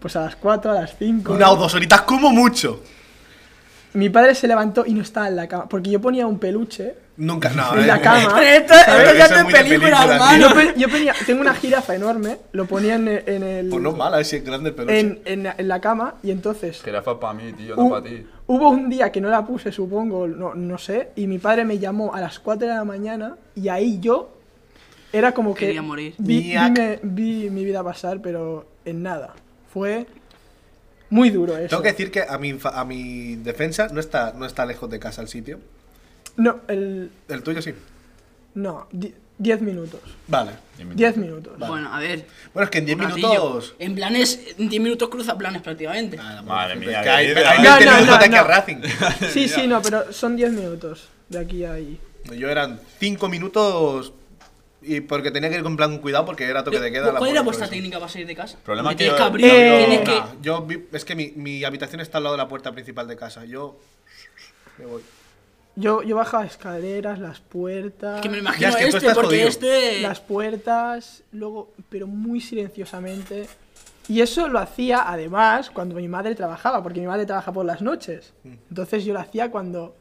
D: pues a las 4, a las 5.
A: Una o dos horitas como mucho.
D: Mi padre se levantó y no estaba en la cama, porque yo ponía un peluche
A: Nunca, no.
D: en la
A: eh.
D: cama.
B: esto,
A: Pero eso es muy de película,
D: Y yo, Ah, pe- yo ponía- tengo una jirafa enorme, lo ponía en, el- en el.
A: Pues no es mala, ese grande el peluche.
D: en, en la- en la cama y entonces
C: Jirafa para mí, tío,
A: Uh.
D: hu-
C: no para ti.
D: hubo un día que no la puse, supongo, no, no sé, y mi padre me llamó a las 4 de la mañana y ahí yo era como que
B: Quería morir.
D: Vi, vi
A: Miac.
D: me- vi mi vida pasar, pero en nada. Fue muy duro eso.
A: Tengo que decir que a mi, infa- a mi defensa no está, no está lejos de casa el sitio.
D: No, el
A: El tuyo sí.
D: no, 10 minutos.
A: Vale.
C: Dime.
D: 10 minutos.
B: Bueno, a ver.
A: Bueno, es que en 10
B: un ratillo.
A: minutos.
B: En planes, en 10 minutos cruza planes prácticamente.
A: Ah,
C: Madre
A: pues,
C: mía,
A: que hay,
C: qué
A: hay
D: idea.
A: 20
D: No, no,
A: minutos de
D: no,
A: aquí a
D: no.
A: Racing. <laughs>
D: Sí, sí, no, pero son 10 minutos de aquí a ahí.
A: Yo eran 5 minutos y porque tenía que ir con plan con cuidado porque era toque de queda. la
B: ¿Cuál era
A: pobre,
B: vuestra
A: todo eso.
B: técnica para salir de casa?
C: Problema
B: Porque
C: que
B: tienes
C: yo-
B: abrir,
D: Eh,
B: tienes que...
A: Nada, yo vi- es que mi, mi habitación está al lado de la puerta principal de casa. Yo me voy.
D: Yo, yo bajaba escaleras, las puertas.
B: Que me lo
A: Ya,
B: imagino
A: es que tú
B: este,
A: estás
B: porque
A: jodido.
B: este...
D: las puertas, luego, pero muy silenciosamente, Y eso lo hacía además cuando mi madre trabajaba, porque mi madre trabaja por las noches.
A: Mm.
D: Entonces yo lo hacía cuando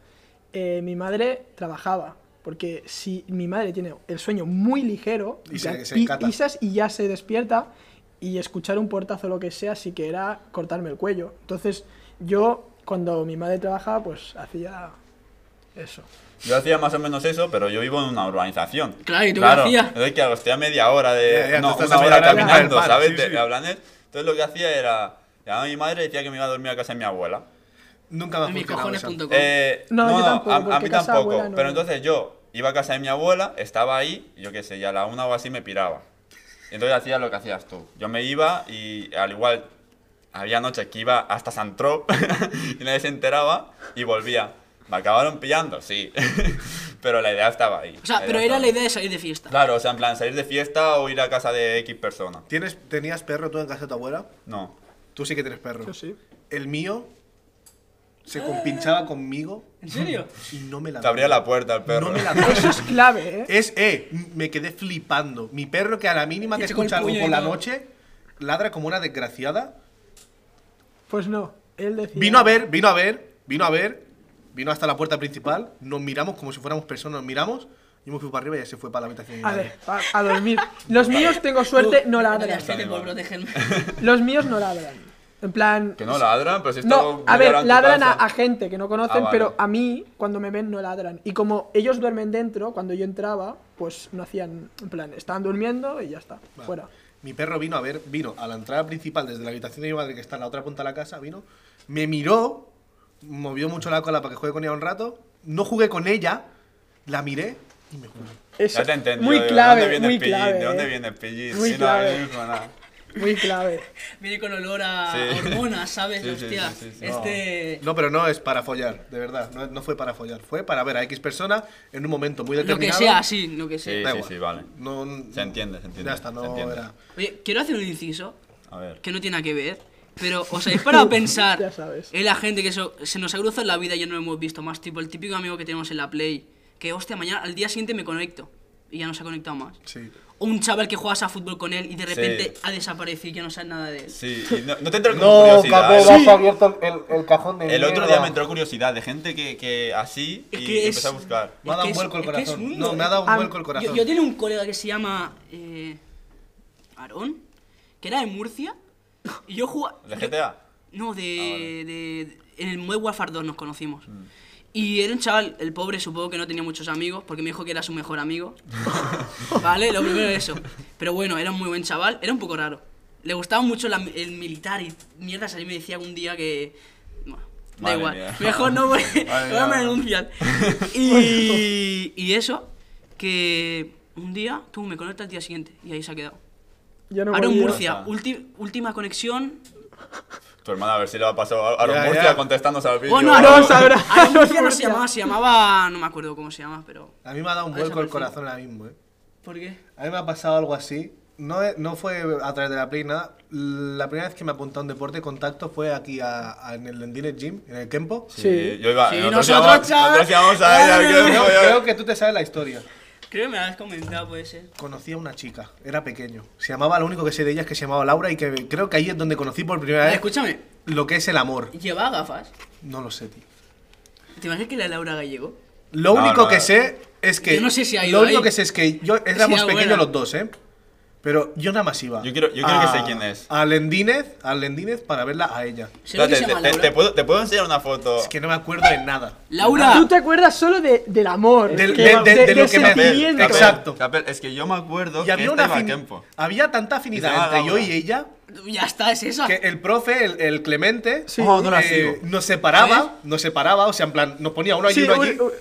D: eh, mi madre trabajaba. Porque si mi madre tiene el sueño muy ligero,
A: Y se-
D: ya
A: se
D: pi-
A: cata.
D: pisas y ya se despierta, y escuchar un portazo o lo que sea, sí que era cortarme el cuello. Entonces yo, cuando mi madre trabajaba, pues hacía eso.
C: Yo hacía más o menos eso, pero yo vivo en una urbanización.
B: Claro, ¿y tú qué hacías?
C: Entonces, claro, estoy a media hora de.
A: Ya, ya,
C: no,
A: tú estás
C: una
A: a media hora
C: hora
A: de
C: caminando,
A: bajar el pan,
C: ¿sabes?
A: sí,
C: De-
A: sí.
C: de Blanes. Entonces, lo que hacía era. Llamaba a mi madre y decía que me iba a dormir a casa de mi abuela.
A: Nunca me ha
B: En mis
A: funcionado
B: cojones
A: eso.
B: punto com.
C: Eh,
D: No, yo tampoco,
C: a, a
D: porque
C: mí
D: casa de
C: tampoco.
D: abuela no.
C: Pero entonces yo iba a casa de mi abuela, estaba ahí, yo qué sé, ya a la una o así me piraba. Y entonces hacía lo que hacías tú. Yo me iba y al igual había noches que iba hasta Santrop <laughs> y nadie se enteraba y volvía. Me acabaron pillando, sí. <laughs> pero la idea estaba ahí.
B: O sea, pero
C: idea
B: era
C: estaba
B: la
C: ahí.
B: idea de salir de fiesta.
C: Claro, o sea, en plan salir de fiesta o ir a casa de X persona.
A: ¿Tienes, ¿Tenías perro tú en casa de tu abuela?
C: No.
A: Tú sí que tienes perro.
D: Yo sí.
A: El mío se compinchaba conmigo
B: ¿En serio?
A: y no me la
C: Te abría la puerta el perro.
A: No me la
C: <laughs>
D: Eso es clave, ¿eh?
A: Es, eh, me quedé flipando. Mi perro que a la mínima
B: Y
A: que
B: te con el
A: escucha algo
B: puño y
A: por la
B: todo.
A: noche ladra como una desgraciada.
D: Pues no, él decía...
A: Vino a ver, vino a ver, vino a ver, vino hasta la puerta principal. Nos miramos como si fuéramos personas, nos miramos. Yo me fui para arriba y ya se fue para la habitación. de mi
D: A ver,
A: madre.
D: a, a dormir. Los míos, tengo suerte, no ladran.
B: Gracias, Fede, por protegerme.
D: Los míos no ladran. En plan...
C: Que no ladran, pero si esto
D: No,
C: llora
D: a
C: en
D: ver,
C: tu
D: ladran a,
C: casa.
D: a gente que no conocen,
C: Ah, vale.
D: pero a mí, cuando me ven, no ladran. Y como ellos duermen dentro, cuando yo entraba, pues no hacían... En plan, estaban durmiendo y ya está, fuera.
A: Mi perro vino a ver, vino a la entrada principal desde la habitación de mi madre, que está en la otra punta de la casa, vino, me miró, movió mucho la cola para que juegue con ella un rato, no jugué con ella, la miré y me fui.
D: Eso,
C: Ya te entendí.
D: muy
C: yo digo, ¿de
D: clave,
C: dónde
D: muy
C: viene Pillín?
D: clave.
C: ¿De dónde
D: eh.
C: viene Pillín?
D: Muy
C: Sí, no,
D: clave.
C: no dijo nada.
D: Muy clave.
B: Viene con olor a
C: Sí.
B: a hormonas, ¿sabes?
C: Sí, sí,
B: Hostia,
C: sí, sí, sí.
B: este...
A: No, pero no es para follar, de verdad, no, no fue para follar, fue para ver a X persona en un momento muy
B: Lo que
A: determinado.
B: sea, sí, lo que sea.
C: Sí,
A: Da
C: sí,
A: igual.
C: sí, vale.
A: No,
C: Se entiende, se entiende,
A: Ya está,
C: se
A: no
C: entiende.
A: era.
B: Oye, quiero hacer un inciso
C: A ver.
B: que no tiene nada que ver, pero os habéis parado a pensar
D: <laughs> Ya sabes.
B: en la gente que so- se nos ha cruzado en la vida y ya no hemos visto más, tipo el típico amigo que tenemos en la Play, que hostia, mañana al día siguiente me conecto y ya no se ha conectado más.
A: Sí.
B: O un chaval que juegas a fútbol con él y de
C: Sí.
B: repente ha desaparecido y ya no sabes nada de él.
C: Sí, y no, no te entró como curiosidad. ¿eh?
A: abierto el, cajón de
C: El otro día me entró curiosidad de gente que, que así y
B: Es que es-
C: empezó a buscar.
A: Me ha dado
B: Es que
A: un
B: es-
A: vuelco el
B: es que es
A: corazón.
B: un-
A: no, me ha dado un
D: Ah,
A: vuelco el corazón.
B: Yo, yo tenía un colega que se llama eh, Aarón, que era de Murcia, y yo jugaba...
C: ¿De GTA?
B: No, de,
C: Ah, vale. Mm.
B: de- En el Modern Warfare 2 nos conocimos. Y era un chaval, el pobre, supongo que no tenía muchos amigos, porque me dijo que era su
C: <laughs>
B: mejor amigo. <laughs> vale, lo primero es eso. Pero bueno, era un muy buen chaval, era un poco raro. Le gustaba mucho la- el militar y mierdas. Así me decía un día que. Bueno, da
C: Madre
B: igual.
C: mía.
B: <laughs> Mejor no, porque
C: <laughs> Madre
B: ahora me
C: mía. <laughs>
B: denuncian. Y, y eso, que un día tú me conectas al día siguiente y ahí se ha quedado.
D: Ya no
B: Ahora en
D: volvía.
C: Ah.
B: Murcia, ulti- última conexión,
C: Tu hermana a ver si le va a pasar a, a
A: Ya,
C: Murcia
A: ya.
C: contestándose al vídeo.
B: Bueno,
D: no,
B: ahora-
D: no sabrá.
C: <laughs>
B: ahora Murcia no se
D: Murcia.
B: llamaba, se llamaba. No me acuerdo cómo se llama, pero.
A: A mí me ha dado un
B: Ha
A: vuelco el
B: desaparecido.
A: corazón ahora mismo, eh.
B: ¿Por qué?
A: A mí me ha pasado algo así. No, he- no fue a través de la Play, nada. La primera vez que me apunté a un deporte de contacto fue aquí a, a- en el Lendines Gym, en el Kempo.
C: Sí, yo iba.
B: Sí,
C: nosotros
B: nosotros,
C: íbamos-
B: chaval.
C: nosotros íbamos a ella.
B: No, no,
C: creo
B: no,
C: que
A: Creo,
C: voy a-
A: creo que tú te sabes la historia.
B: Creo que me has comentado, puede
C: ¿Eh?
B: ser.
A: Conocí a una chica, era pequeño. Se llamaba, lo único que sé de ella es que se llamaba Laura y que creo que ahí es donde conocí por primera
B: Ah,
A: vez
B: escúchame,
A: lo que es el amor.
B: llevaba gafas.
A: No lo sé, tío.
B: ¿Te imaginas que la Laura Gallego?
A: Lo
C: No,
A: único
C: no,
A: que
C: no.
A: sé es que.
B: Yo no sé si ha ido
A: Lo único
B: ahí.
A: que sé es que yo éramos
B: Sí, abuela.
A: pequeños los dos, ¿eh? Pero yo nada más iba.
C: Yo quiero- yo quiero que sé quién es.
A: A Lendínez, a Lendínez para verla a ella.
B: ¿Será que se
C: Espérate, te,
B: llama
C: te-
B: Laura?
C: te puedo, te puedo enseñar una foto.
A: Es que no me acuerdo de nada.
B: ¡Laura!
D: Tú te acuerdas solo de- del amor.
A: Del-
D: que-
A: de- de- de lo
D: del
A: que me-
C: Capel,
D: sentimiento.
C: Capel,
A: Exacto.
C: Capel, es que yo me acuerdo
A: Y
C: que
A: había,
C: esta
A: una
C: iba a
A: afini-
C: tiempo.
A: había tanta
C: Se
A: afinidad
C: llamaba
A: entre yo y
C: Laura.
A: ella
B: Ya está, es esa.
A: que el profe, el, el Clemente, eh,
D: Sí. Oh,
C: no la sigo.
A: nos separaba, nos separaba, o sea, en plan, nos ponía uno allí
D: Sí,
A: y uno
D: un-
A: allí.
D: un-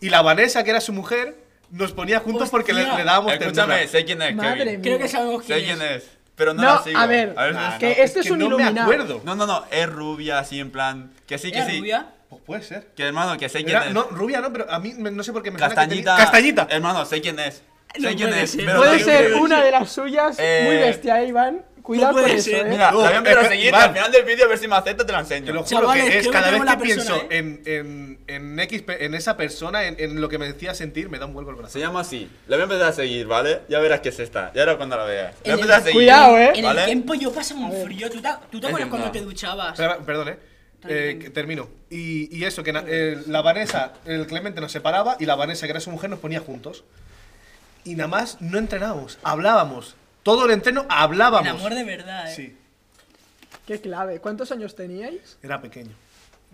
A: Y la Vanessa, que era su mujer, nos ponía juntos porque le,
B: Hostia.
A: le dábamos ternura.
C: Escúchame, sé quién es,
D: Madre
C: Kevin.
D: mía.
B: Creo que sabemos quién
C: Sé
B: es.
C: quién es. Pero no,
D: No,
C: la sigo.
D: a ver,
A: Nah,
C: si-
D: que
A: Ah, no,
D: este es
A: que
D: un
A: no me
D: iluminado.
A: acuerdo.
C: No, no, no, es rubia así en plan. Que sí, que
B: ¿Era
C: sí.
B: rubia?
A: Pues puede ser.
C: Que hermano, que sé quién
A: Era-
C: es.
A: no, rubia no, pero a mí me- no sé por qué me suena que
C: Castañita.
A: tenía- Castañita.
C: Hermano, sé quién es.
B: No
C: Sé quién
B: puede
C: es.
B: ser.
C: pero
D: Puede
C: no-
D: ser una de las suyas,
C: Eh,
D: muy bestia, Iván. Cuidado
B: puede
D: con eso,
B: ser.
D: ¿eh?
C: Mira,
A: No,
C: la voy a empezar a
A: espe-
C: seguir,
A: Iván.
C: al final del vídeo a ver si me acepta te la
A: Te
C: enseño.
A: lo juro
B: Chavales,
A: que es
B: creo
A: cada
B: que
A: vez
B: tengo
A: que
B: la
A: pienso
B: persona,
D: ¿eh?
A: en, en, en X, pe- en esa persona, en, en lo que me decía sentir, me da un vuelco el brazo.
C: Se llama así. La voy a empezar a seguir, ¿vale? Ya verás que es esta. Ya verás cuando la veas. La voy a
B: En el-
C: empezar a seguir.
D: Cuidado, eh.
B: En el
C: ¿Vale?
B: tiempo yo pasaba un frío. ¿Tú te, tú te
C: Es
B: acuerdas cuando
C: verdad.
B: te duchabas?
A: Espera, perdón, eh. Eh, que termino. Y, y eso, que na- eh, la Vanessa, el Clemente nos separaba y la Vanessa, que era su mujer, nos ponía juntos. Y nada más no entrenábamos, hablábamos. Todo el entreno
B: El
A: hablábamos.
B: amor de verdad, eh.
A: Sí,
D: Qué clave. ¿Cuántos años teníais?
A: era pequeño.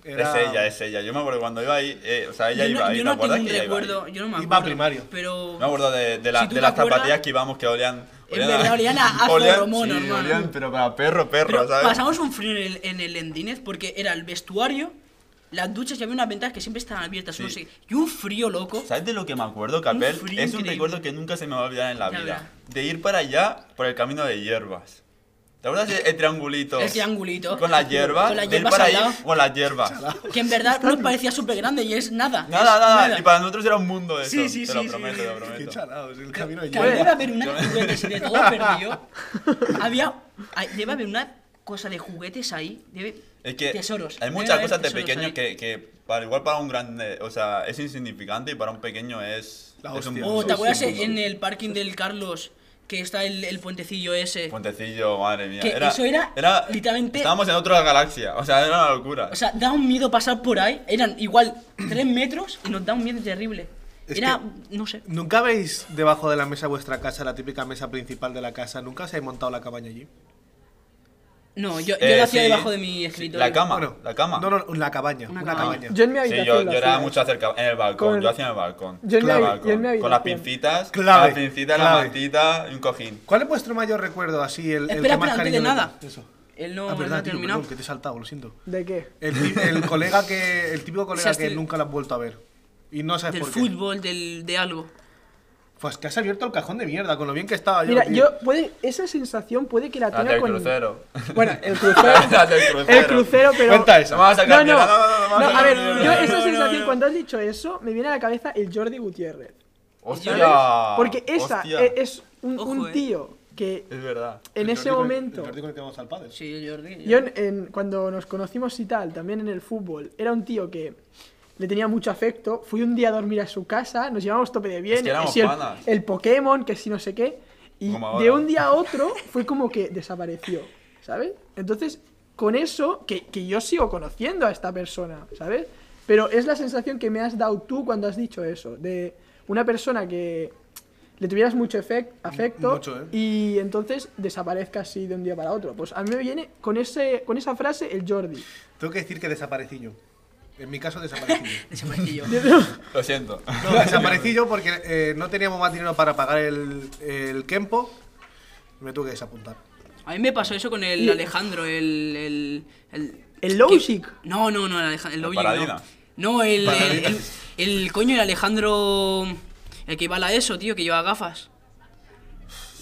A: Era...
C: Es ella, es ella. Yo me acuerdo cuando iba ahí. eh, o sea, ella
B: yo
C: iba
B: no,
C: ahí.
B: yo
C: ¿Te
B: no tengo
C: acuerdas
B: un
C: que ella iba ahí?
B: recuerdo, yo no
A: Iba
B: me
A: a
B: acuerdo.
A: primario.
B: Pero
C: Me acuerdo de, de, la-
B: Si tú
C: de
B: te
C: las
B: acuerdas-
C: zapatillas que íbamos que olían.
B: Es verdad,
C: <laughs>
B: olían a- a feromonas,
C: sí,
B: hermano.
C: olían, pero para perro, perro,
B: Pero
C: ¿sabes?
B: pasamos un frío en el, en el Lendínez porque era el vestuario, las duchas y había unas ventanas que siempre estaban abiertas. No
C: Sí.
B: sé, y un frío loco.
C: ¿Sabes de lo que me acuerdo,
B: Un
C: Capel?
B: frío
C: Es un
B: increíble.
C: recuerdo que nunca se me va a olvidar en la
B: Ya verás.
C: vida. De ir para allá por el camino de hierbas. ¿Te acuerdas de- el triangulito?
B: El triangulito.
C: Con las hierbas.
B: Con las
C: de ir
B: hierbas
C: para
B: al
C: allá
B: lado.
C: con las hierbas.
B: Que en verdad nos parecía súper grande y es nada.
C: Nada,
B: es
C: nada. Y para nosotros era un mundo eso.
B: Sí, sí,
C: te
B: sí,
C: lo
B: sí.
C: prometo, te lo
A: Qué
C: prometo.
A: chalados, el camino de
B: Que debe
A: hierba.
B: haber una de
C: <laughs>
B: juguetes y de todo perdido. Había. hay- Debe haber una cosa de juguetes ahí. Debe,
C: Es que
B: tesoros.
C: hay
B: debe
C: muchas
B: haber
C: cosas de
B: tesoros
C: pequeño
B: ahí.
C: que, que para igual para un grande, o sea, es insignificante y para un pequeño es,
A: La
C: es un
A: hostia.
B: Oh,
A: Sí,
B: ¿te
A: sí,
B: acuerdas
A: sí, sí.
B: en el parking del Carlos que está el, el puentecillo ese?
C: Puentecillo, madre mía.
B: Eh, Que eso era literalmente-
C: Estábamos en otra galaxia, o sea, era una locura.
B: O sea, da un miedo pasar por ahí. Eran igual 3 metros y nos da un miedo terrible.
A: Es
B: Era, no sé.
A: ¿Nunca veis debajo de la mesa de vuestra casa, la típica mesa principal de la casa? ¿Nunca os habéis montado la cabaña allí?
B: No, yo, yo
C: Eh,
B: lo hacía
C: sí.
B: debajo de mi escritorio.
C: La cama, la cama.
A: No, no, la cabaña.
B: Una
A: Una,
B: cabaña.
A: cabaña.
D: Yo en mi
C: Sí,
D: habitación.
C: yo,
D: lo
C: yo era
D: hacía.
C: mucho acerca en el balcón,
D: Con-
C: yo hacía en el balcón.
D: Yo en mi
C: el
D: habi- yo en mi
C: Con las
D: habitación.
C: pincitas,
A: Clave,
C: las pincitas, la
A: clave.
C: mantita y un cojín.
A: ¿Cuál es vuestro mayor recuerdo así? El, el
B: Espera,
A: que más
B: espera, antes
A: cariño
B: de
A: le-
B: nada.
A: Eso.
B: Él no,
A: ah,
B: no ha
A: verdad, tío,
B: terminado.
A: perdón, que te he saltado, lo siento.
D: ¿De qué?
A: El, ti- el colega que. El típico
B: <laughs>
A: colega
B: Seas
A: que
B: tú-
A: nunca lo has vuelto a ver. Y no sabes
B: del
A: por qué.
B: fútbol, del, de algo.
A: Pues que has abierto el cajón de mierda con lo bien que estaba Ah, yo.
D: Mira,
A: tío.
D: yo puede, esa sensación puede que la
C: Las
D: tenga
C: Ah, del
D: con.
C: crucero.
D: Bueno, el crucero.
C: <laughs> Las del crucero.
D: el crucero, pero.
A: Cuenta eso.
C: No me vas a
D: No,
C: sacar
D: no,
C: mierda, no, no, no, me vas a
D: a
C: sacar
D: ver,
C: mierda.
D: yo esa
B: no,
D: sensación,
B: no.
D: cuando has dicho eso, me viene a la cabeza el Jordi Gutiérrez.
C: Hostia.
D: Porque esa
C: Ah, Hostia.
D: e- es un,
B: Ojo,
D: un
B: eh.
D: tío que
C: Es verdad.
D: en
A: El
D: ese
A: Jordi con el-
D: momento.
A: el Jordi con el que vamos al padre.
B: Sí, Jordi.
D: Yo en- en- cuando nos conocimos y tal, también en el fútbol, era un tío que le tenía mucho afecto. Fui un día a dormir a su casa, nos llevábamos tope de bien,
C: Es que éramos
D: si el,
C: panas.
D: el Pokémon, que si no sé qué. Y
C: Como ahora.
D: de un día a otro fue como que desapareció, ¿sabes? Entonces, con eso, que, que yo sigo conociendo a esta persona, ¿sabes? Pero es la sensación que me has dado tú cuando has dicho eso, de una persona que le tuvieras mucho efec- afecto
A: mucho, ¿eh?
D: y entonces desaparezca así de un día para otro. Pues a mí me viene con, ese, con esa frase el Jordi.
A: Tengo que decir que desaparecí yo. En mi caso, desaparecí
B: <laughs>
A: yo.
B: Desaparecí <laughs>
D: <laughs>
B: yo.
C: Lo siento.
A: No, desaparecí yo porque eh, no teníamos más dinero para pagar el, el Kempo. Me tuve que desapuntar.
B: A mí me pasó eso con el
D: Y-
B: Alejandro, el. El, el,
D: El Logic.
B: que- No, no, no, el Alejandro. El
C: El
B: Logic
C: Paladina.
B: No, no el, el,
A: Paladina.
B: el, el coño, el Alejandro. El que iba a la ESO, tío, que lleva gafas.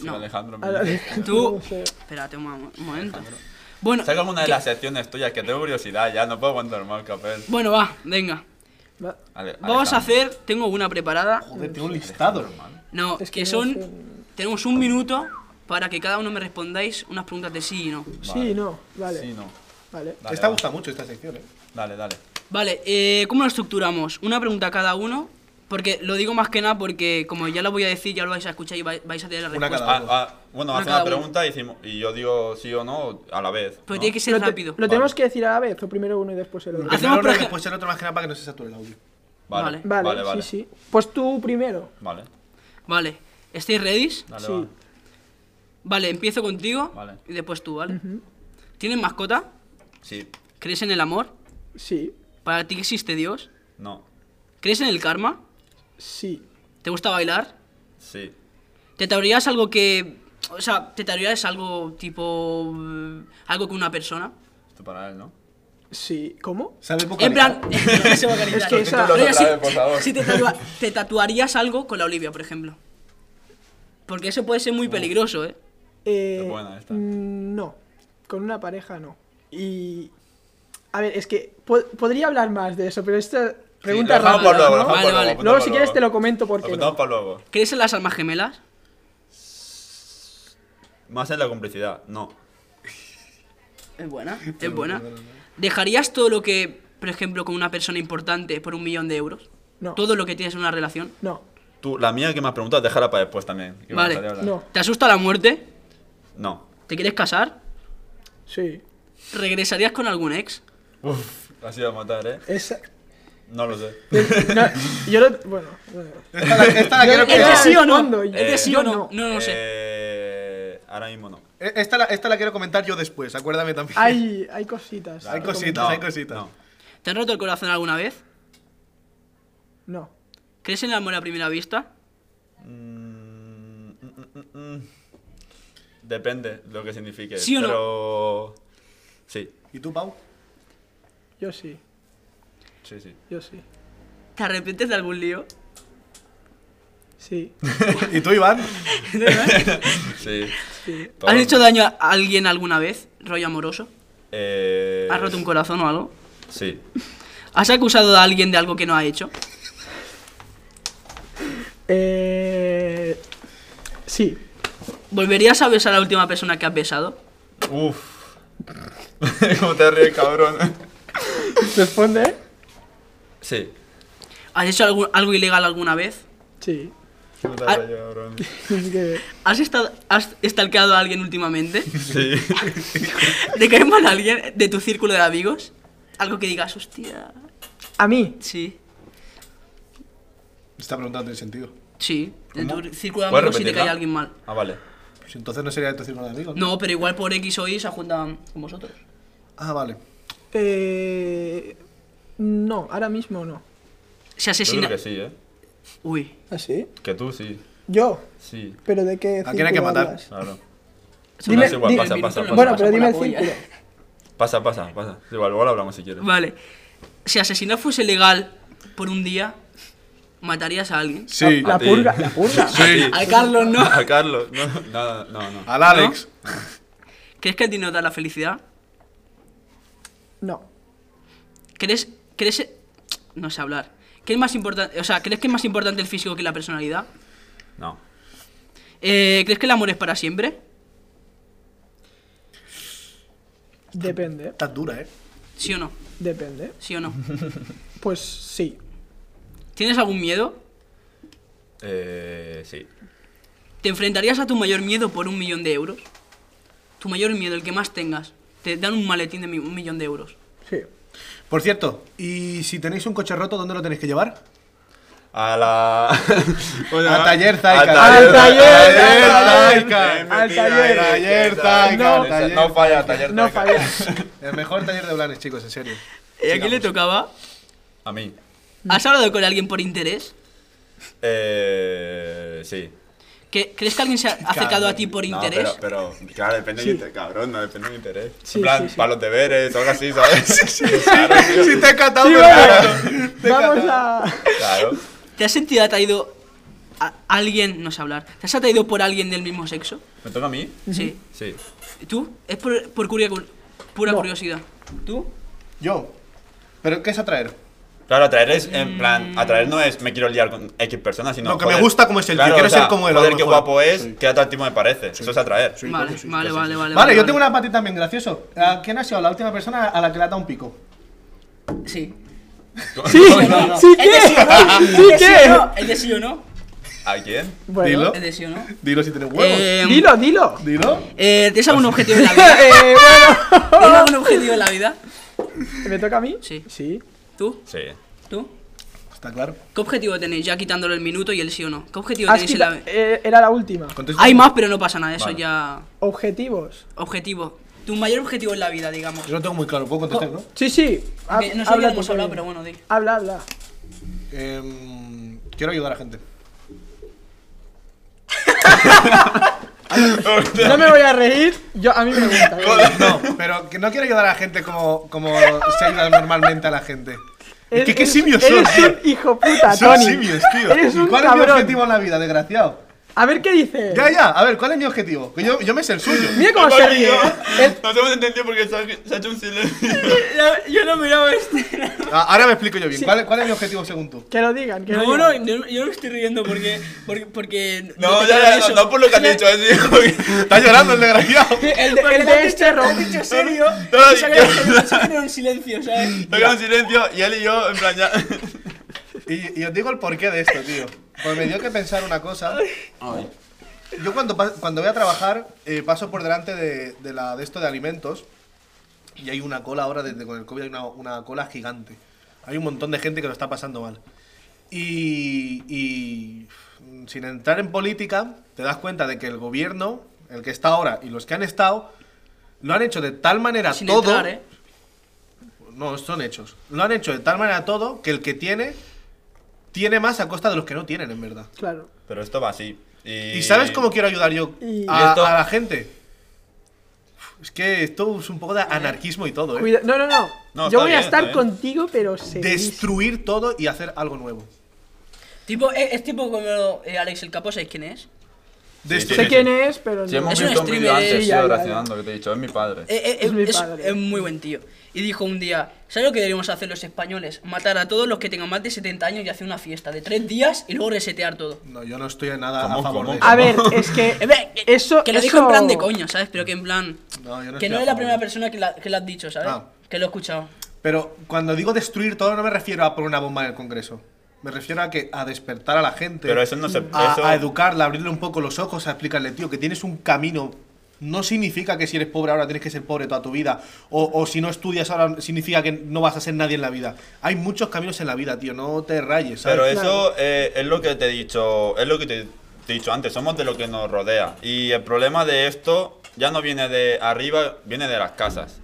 B: No.
C: Alejandro.
D: A la-
B: Tú.
D: No sé.
B: Espérate un, mo- un momento. Bueno.
C: Saca alguna de
B: que-
C: las secciones tuyas que tengo curiosidad ya, no puedo aguantar más, Capel.
B: Bueno, va, venga.
D: Va-
C: Ale-
B: Vamos
C: Alejandro.
B: a hacer. Tengo una preparada.
A: Joder, tengo un listado.
B: No,
D: Es
B: que
D: que no sé.
B: son. Tenemos un minuto para que cada uno me respondáis unas preguntas de sí y no.
D: Sí, no, vale.
C: Sí, no.
D: Vale.
C: Dale,
A: esta
C: dale.
A: gusta mucho, esta sección, ¿eh?
C: Dale, dale.
B: Vale, eh, ¿cómo lo estructuramos? Una pregunta a cada uno, porque lo digo más que nada porque como ya lo voy a decir, ya lo vais a escuchar y vai- vais a tener la
A: Una
B: respuesta.
A: cada
C: Ah, ah, bueno,
B: Una
C: hace
B: cada
C: una
B: uno.
C: pregunta y, decimos- y yo digo sí o no a la vez.
B: Pero
C: ¿no?
B: tiene que ser
D: lo te-
B: rápido.
D: lo tenemos que decir a la vez, o primero uno y después el otro.
B: Hacemos,
A: Primero
B: por
A: uno y
B: ej-
A: después el otro más que nada para que no se sature el audio.
C: Vale,
B: Vale.
D: Vale,
C: vale, vale.
D: sí, sí. Pues tú primero.
C: Vale,
B: Vale, ¿estáis ready?
C: dale,
D: Sí.
B: Vale, empiezo contigo
C: Vale.
B: y después tú, ¿vale? ¿Tienes mascota?
C: va. Sí,
B: ¿Crees en el amor?
D: Sí,
B: ¿Para ti existe Dios?
C: no,
B: ¿Crees en el karma?
D: sí,
B: ¿Te gusta bailar?
C: sí,
B: ¿Te tarorías algo que... O sea, ¿te tarorías algo tipo... mm, algo con una persona?
C: esto para él, ¿no?
D: sí. ¿Cómo?
A: ¿Sabe poco
B: En <laughs> plan, se va a calentar.
D: Es que esa-
C: Títulos
B: Oye,
C: otra
B: si,
C: vez, por favor.
B: si te, tatua- te tatuarías algo con la Olivia, por ejemplo. Porque eso puede ser muy peligroso, ¿eh?
D: Eh,
C: Qué buena esta.
D: mm, No, con una pareja no. Y. A ver, es que po- podría hablar más de eso, pero esta pregunta
C: lo dejamos
D: rápida,
C: por luego,
D: ¿no?
C: lo dejamos por
B: Vale, vale.
C: luego,
D: Luego, si
C: apuntamos
D: quieres, te
C: para
D: lo comento
C: luego.
D: porque
C: Apuntamos
D: no.
C: para luego.
B: ¿Crees en las almas gemelas?
C: Más en la complicidad, no.
B: Es buena, es buena. ¿Dejarías todo lo que, por ejemplo, con una persona importante por un millón de euros?
D: No.
B: ¿Todo lo que tienes en una relación?
D: No,
C: Tú, la mía que me has preguntado, déjala para después también. que me
B: Vale.
C: gustaría hablar.
D: no,
B: ¿Te asusta la muerte?
C: No.
B: ¿Te quieres casar?
D: sí.
B: ¿Regresarías con algún ex?
C: Uf, ha sido a matar, ¿eh?
D: Esa.
C: No lo sé.
D: No, yo lo. Bueno. bueno.
A: Esta la, esta la quiero
D: ¿Es
B: ¿Es de
A: comentar.
B: sí o no?
D: respondo,
B: ¿Es
D: yo-
B: de sí
D: yo
B: o no?
D: no.
B: No lo sé.
C: Eh, ahora mismo no.
A: E, Esta la, esta la quiero comentar yo después, acuérdame también.
D: Hay, hay cositas.
A: Hay
D: que
A: cositas,
C: No,
A: hay cositas.
C: no.
B: ¿Te han roto el corazón alguna vez?
D: comentar. No.
B: ¿Crees en el amor a primera vista?
C: Mm, mm, mm, mm. Depende lo que signifique.
B: ¿Sí o no?
C: pero... Sí,
A: <laughs> ¿Y tú, Pau? <laughs>
D: Yo sí,
C: sí, sí.
D: yo sí.
B: ¿Te arrepientes de algún lío?
D: Sí,
A: ¿Y tú, Iván?
C: sí.
D: sí.
B: ¿Has hecho daño a alguien alguna vez? ¿Rollo amoroso?
C: Eh,
B: ¿Has roto un corazón o algo?
C: Sí.
B: ¿Has acusado a alguien de algo que no ha hecho?
D: Eh, sí.
B: ¿Volverías a besar a la última persona que has besado?
C: Uf. <laughs> ¿Cómo te ríes, cabrón?
D: ¿Responde?
C: Sí.
B: ¿Has hecho algo, algo ilegal alguna vez?
D: Sí.
C: ¿Cómo te
B: Ah.
C: ríes, cabrón?
D: Es que-
B: ¿Has, estado, has estalqueado a
C: <laughs>
B: alguien últimamente? <laughs>
C: Sí.
B: ¿Te cae mal alguien de tu círculo de amigos? Algo que digas, hostia.
D: A mí.
B: Sí,
A: Está preguntando tiene sentido.
B: sí. De
C: ¿Cómo?
B: tu círculo de
C: ¿Puedes
B: amigos si te
C: repetirla?
B: cae alguien mal.
C: Ah, vale.
A: Pues entonces no sería de tu círculo de amigos. ¿no?
B: No, pero igual por X o Y se juntan con vosotros.
A: Ah, vale.
D: Eh, no, ahora mismo no.
B: Se
C: Yo
B: asesina.
C: creo que sí, ¿eh?
B: Uy,
D: ¿Así?
C: Que tú sí.
D: ¿Ah, Yo.
C: Sí,
D: ¿Pero de qué?
A: ¿A quién hay que
D: círculo
A: matar?
D: hablas?
C: claro.
B: Son
D: Dime-
B: las-
D: igual,
B: el
C: pasa,
B: minuto
C: pasa, pasa.
B: no me
D: Bueno,
B: Pues pasa
D: pero
B: por
D: dime
B: la
D: el
B: polla.
D: círculo.
C: Pasa, pasa, pasa. Da Igual, luego lo hablamos si quieres.
B: Vale. Si asesinar fuese legal por un día, ¿matarías a alguien? <laughs>
A: Sí.
D: La
C: A ti.
D: purga, la purga.
C: Sí.
B: A Carlos
C: <laughs>
B: no.
C: A Carlos. No, no, no. no.
A: Al Alex.
B: ¿Crees que el dinero da la felicidad?
D: No.
B: ¿Crees, crees, no sé hablar. ¿Qué es más importante, o sea, crees que es más importante el físico que la personalidad?
C: No.
B: Eh, ¿Crees que el amor es para siempre?
D: Depende,
A: Estás dura, ¿eh?
B: ¿Sí o no?
D: depende.
B: ¿Sí o no?
D: Pues sí.
B: ¿Tienes algún miedo?
C: Eh, sí.
B: ¿Te enfrentarías a tu mayor miedo por un millón de euros? Tu mayor miedo, el que más tengas. Te dan un maletín de mi- un millón de euros.
D: Sí.
A: Por cierto, ¿y si tenéis un coche roto, dónde lo tenéis que llevar?
C: A <laughs> la. ¿Cómo se
A: A
C: llama?
A: taller Zaikan.
D: Al taller
A: Zaikan.
C: He
D: Al
C: metido
D: taller.
C: ahí,
A: Taller
C: Zaikan.
A: Zaikan,
C: Esa-
A: taller
C: No falla, taller
D: No
C: Zaikan.
D: falla.
A: <laughs> El mejor taller de planes, chicos, en serio.
B: Eh, ¿A quién le tocaba?
C: A mí.
D: Mm.
B: ¿Has hablado con alguien por interés?
C: Eh, sí.
B: ¿Que- ¿Crees que alguien se ha acercado a ti por
C: No,
B: interés?
C: pero, pero, claro, depende de
D: Sí.
C: interés, cabrón, no depende de interés.
D: Sí,
C: en plan,
D: sí, sí.
C: para los deberes, o algo así, ¿sabes?
A: <laughs>
C: <laughs>
A: Si te he catado,
D: Sí,
A: me cago.
D: bueno, vamos a.
C: Claro.
B: ¿Te has sentido atraído a alguien, no sé hablar, ¿te has atraído por alguien del mismo sexo?
C: ¿Me toca a mí?
B: Sí.
C: Sí.
B: ¿Tú? Es por, por curia- pura
D: No.
B: curiosidad. ¿Tú?
A: Yo. ¿Pero qué es atraer?
C: Claro, atraer es,
B: Mm.
C: en plan, atraer no es me quiero liar con X personas, sino.
A: No, que me gusta como es el tío, quiero ser como él, a lo
C: Joder, qué
A: mejor.
C: guapo es,
A: Sí.
C: qué atractivo me parece. Eso es atraer.
B: vale, vale,
C: sí,
B: vale,
C: sí.
B: vale.
A: Vale, yo tengo una patita también gracioso. ¿A quién ha sido la última persona a la que le ha dado un pico?
B: Sí.
D: <laughs> Sí,
B: No, no.
D: sí
B: ¿Es de sí o no?
D: que. Sí
B: ¿Es de sí o no?
D: que.
B: ¿Es de sí o no?
C: ¿A quién?
A: Dilo.
D: Bueno.
B: ¿Es de sí o no?
A: Dilo si tienes huevos.
B: Eh,
D: Dilo, dilo.
A: Dilo.
B: eh,
C: <laughs>
B: ¿Tienes algún objetivo en la vida?
D: Eh,
B: ¿Tienes algún objetivo en la vida?
D: bueno. ¿Me toca a mí?
B: Sí.
D: Sí.
B: ¿Tú?
C: Sí.
B: ¿Tú?
A: Está claro.
B: ¿Qué objetivo tenéis? Ya quitándole el minuto y el sí o no. ¿Qué objetivo
D: Has
B: tenéis en la vida?
D: quita- eh, era la última.
A: Contesta.
B: Hay más, pero no pasa nada, eso
C: Vale.
B: ya.
D: Objetivos.
B: Objetivo. Tu mayor objetivo en la vida, digamos.
A: Yo no tengo muy claro, puedo contestar, ¿no?
D: Sí, sí. ha-
B: Que no sé de qué
D: habla tú,
B: hemos hablado,
D: Javi.
B: pero bueno, di.
D: Habla, habla.
A: Em, quiero ayudar a gente. <laughs>
D: No me voy a reír. Yo, a mí
A: <laughs>
D: me gusta.
A: No, pero que no quiero ayudar a la gente como, como se ayuda normalmente a la gente. Es que qué
D: eh. Eres-
A: simios son,
D: Eres
A: tío.
D: un hijo puta,
A: Son
D: Tony.
A: simios, tío.
D: Eres
A: ¿Y
D: un
A: cuál es mi
D: cabrón.
A: objetivo en la vida, desgraciado?
D: A ver qué dice.
A: Ya, ya, a ver, ¿cuál es mi objetivo? Que Yo, yo me sé el suyo.
D: Mira
A: <laughs>
D: cómo se ríe. El-
C: Nos hemos entendido porque se ha, se ha hecho un
B: <laughs>
C: silencio.
B: La- Yo no miraba este.
A: Ah, Ahora me explico yo bien. ¿Cuál, cuál es mi objetivo según tú?
D: Que lo digan, que lo
B: <laughs> No,
D: digan.
B: no, yo, yo no me estoy riendo porque. Porque. porque
C: No, ya,
B: te
C: ya,
B: creas
C: no,
B: eso.
C: no por lo que has dicho, es decir,
B: <laughs>
C: porque-
A: Está llorando el desgraciado.
D: El de,
B: Porque
D: el
B: lo has
D: de este
B: dicho- lo
D: ro-
B: has dicho serio.
C: No,
B: y se ha
C: yo-
B: quedado- se ha quedado en silencio, ¿sabes?
C: Nos quedamos en silencio y él y yo,
A: <laughs>
C: en plan, ya.
A: Y, y os digo el porqué de esto, tío. Pues me dio que pensar una cosa. Yo cuando, pa- cuando voy a trabajar eh, paso por delante de, de la, de esto de alimentos y hay una cola ahora, desde con el COVID hay una, una cola gigante. Hay un montón de gente que lo está pasando mal. Y, y, mm, sin entrar en política, te das cuenta de que el gobierno, el que está ahora y los que han estado, lo han hecho de tal manera
B: Sin
A: todo...
B: entrar, ¿eh?
A: No, son hechos. Lo han hecho de tal manera todo que el que tiene, tiene más a costa de los que no tienen, en verdad.
D: Claro.
C: Pero esto va así. Y,
A: ¿Y sabes cómo quiero ayudar yo
D: Y-
A: a,
C: ¿Y Eh, esto?
A: a la gente? Es que esto es un poco de anarquismo y todo, ¿eh?
D: Cuida- no, no, no.
C: No,
D: Yo
C: está
D: voy a
C: bien,
D: estar
C: está bien.
D: contigo, pero seguís.
A: Destruir todo y hacer algo nuevo.
B: Tipo, e- es, es tipo como eh, Alex el Capo, ¿sabéis quién es?
A: Destru-
D: Sé
C: Sí, sí,
D: quién
C: sí.
D: es, pero
C: Si
D: no.
C: hemos
B: Es un
C: visto un
B: streamer,
C: vídeo
B: eh,
C: antes,
D: ya, ya,
C: yo
D: ya.
C: reaccionando, que te he dicho, es mi padre.
B: Eh, eh,
D: Es mi
B: es,
D: padre.
B: es muy buen tío. Y dijo un día, ¿sabes lo que deberíamos hacer los españoles? Matar a todos los que tengan más de 70 años y hacer una fiesta de tres días y luego resetear todo.
A: No, yo no estoy en nada a
C: ¿Cómo,
A: favor
C: cómo,
A: de eso.
D: A ver, es
B: <laughs>
D: que.
B: Es verdad, que-
D: Eso-
B: que lo
D: eso-
B: dijo en plan de coño, ¿sabes? Pero que en plan...
A: No, yo no
B: que
A: estoy
B: no
A: a
B: es la
A: favor.
B: primera persona que, la- que lo has dicho, ¿sabes?
A: Ah.
B: Que lo he escuchado.
A: Pero cuando digo destruir todo no me refiero a poner una bomba en el Congreso. Me refiero a que a despertar a la gente.
C: Pero eso no se-
A: A,
C: eso-
A: a educarla, abrirle un poco los ojos, a explicarle, tío, que tienes un camino. No significa que si eres pobre ahora tienes que ser pobre toda tu vida. O, o si no estudias ahora significa que no vas a ser nadie en la vida. Hay muchos caminos en la vida, tío. No te rayes, ¿sabes?
C: Pero
D: Claro.
C: eso eh, es lo que te he dicho, es lo que te te he dicho antes, somos de lo que nos rodea. Y el problema de esto ya no viene de arriba, viene de las casas.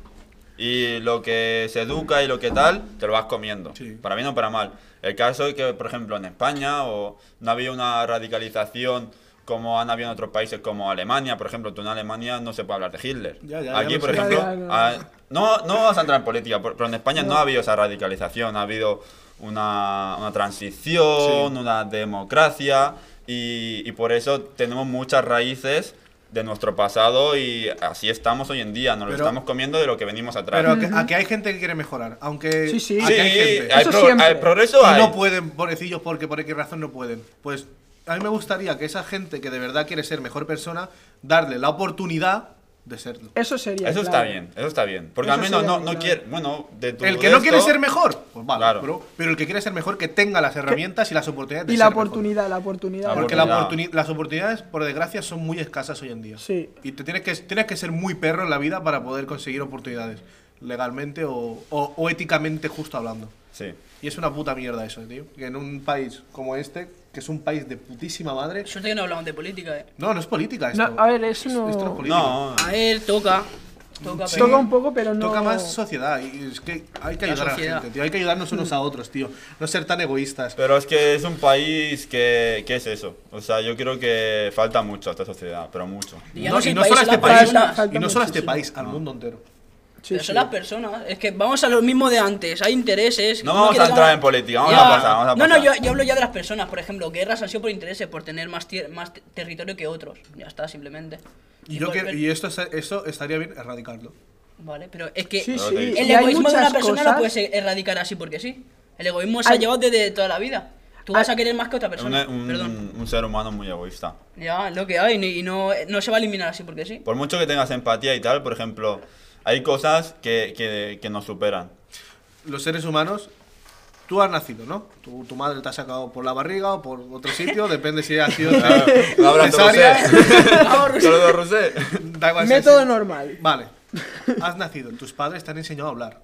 C: Y lo que se educa y lo que tal, te lo vas comiendo.
A: Sí.
C: Para bien o para mal. El caso es que, por ejemplo, en España o no había una radicalización como han habido en otros países como Alemania. Por ejemplo, tú en Alemania no se puede hablar de Hitler.
A: Ya, ya, ya
C: Aquí,
A: lo
C: por
A: sé.
C: ejemplo,
D: Ya, ya, no.
C: a- no, no vamos a entrar en política, por- pero en España no, ha habido esa radicalización, ha habido una, una transición,
A: Sí.
C: una democracia y, y por eso tenemos muchas raíces de nuestro pasado y así estamos hoy en día, nos
A: Pero-
C: lo estamos comiendo de lo que venimos atrás.
A: Pero a que, a que hay gente que quiere mejorar. Aunque
D: Sí, sí.
A: a
C: sí,
A: que hay
C: hay,
A: gente.
D: Eso
C: pro-
D: siempre.
C: hay progreso,
A: y
C: hay.
A: no pueden, pobrecillos, porque por X razón no pueden. Pues a mí me gustaría que esa gente que de verdad quiere ser mejor persona, darle la oportunidad de serlo.
D: Eso sería.
C: eso está
D: claro.
C: bien, eso está bien. Porque
D: Eso
C: al menos
D: sería
C: no,
D: muy
C: no
D: claro.
C: quiere, bueno, de tu
A: El que no
C: de
A: quiere
C: esto-
A: ser mejor, pues vale,
C: Claro.
A: bro. Pero el que quiere ser mejor, que tenga las herramientas y las oportunidades de
D: Y la
A: ser mejor.
D: oportunidad, la oportunidad.
C: La
A: Porque la
C: Oportunidad.
A: oportuni- las oportunidades, por desgracia, son muy escasas hoy en día.
D: Sí.
A: Y te tienes que, tienes que ser muy perro en la vida para poder conseguir oportunidades. Legalmente o, o- o éticamente, justo hablando.
C: Sí.
A: Y es una puta mierda eso, tío. Que en un país como este, que es un país de putísima madre.
B: Suerte que no hablamos de política, eh.
A: No, no es política
D: No,
A: esto.
D: a ver, eso
A: Es-
D: no-
A: esto es política.
C: No,
B: A ver, toca. Toca,
A: Sí.
B: pero-
D: Toca un poco, pero no.
A: Toca más sociedad. Y es que hay que
B: La
A: ayudar a la
B: sociedad.
A: gente, tío. Hay que ayudarnos unos a otros, tío. No ser tan egoístas.
C: Pero es que es un país que, que es eso. O sea, yo creo que falta mucho a esta sociedad, pero mucho.
B: Y ya
A: No,
B: sé
A: y
B: el
A: no solo a este
B: las
A: país,
B: personas.
D: Falta
A: y no solo a este
D: muchísimo.
A: país, al mundo entero.
D: Sí,
B: Pero
D: sí.
B: son las personas, es que vamos a lo mismo de antes, hay intereses.
C: No
B: tú
C: vamos a
B: quieres
C: entrar
B: ganar-
C: en política, vamos
B: Ya.
C: a pasar, vamos a
B: No, no,
C: pasar.
B: yo, yo hablo ya de las personas, por ejemplo, guerras han sido por intereses, por tener más, tier- más te- territorio que otros. Ya está, simplemente.
A: Y, yo
B: por-
A: que, y esto, es- eso estaría bien erradicarlo.
B: Vale, pero es que
D: Sí,
C: Claro,
D: sí.
C: te digo.
B: el
D: y hay
B: egoísmo de una
D: muchas
B: persona
D: cosas-
B: no puede ser erradicar así porque sí. El egoísmo se ha
D: Hay-
B: llevado desde toda la vida. Tú vas a querer más que otra
C: Es un,
B: persona.
C: un-
B: Perdón.
C: un ser humano muy egoísta.
B: Ya, es lo que hay, y no, no se va a eliminar así porque sí.
C: Por mucho que tengas empatía y tal, por ejemplo, hay cosas que, que, que nos superan.
A: Los seres humanos, tú has nacido, ¿no? Tu, tu madre te ha sacado por la barriga o por otro sitio, <laughs> depende si ha
D: <laughs>
A: sido
C: Claro, un abrazo,
A: cesárea.
B: <laughs>
C: Rosé. Saludos, Rosé.
A: <laughs> Da igual si ha
D: Método
A: sido-
D: normal.
A: Vale. Has nacido, tus padres te han enseñado a hablar,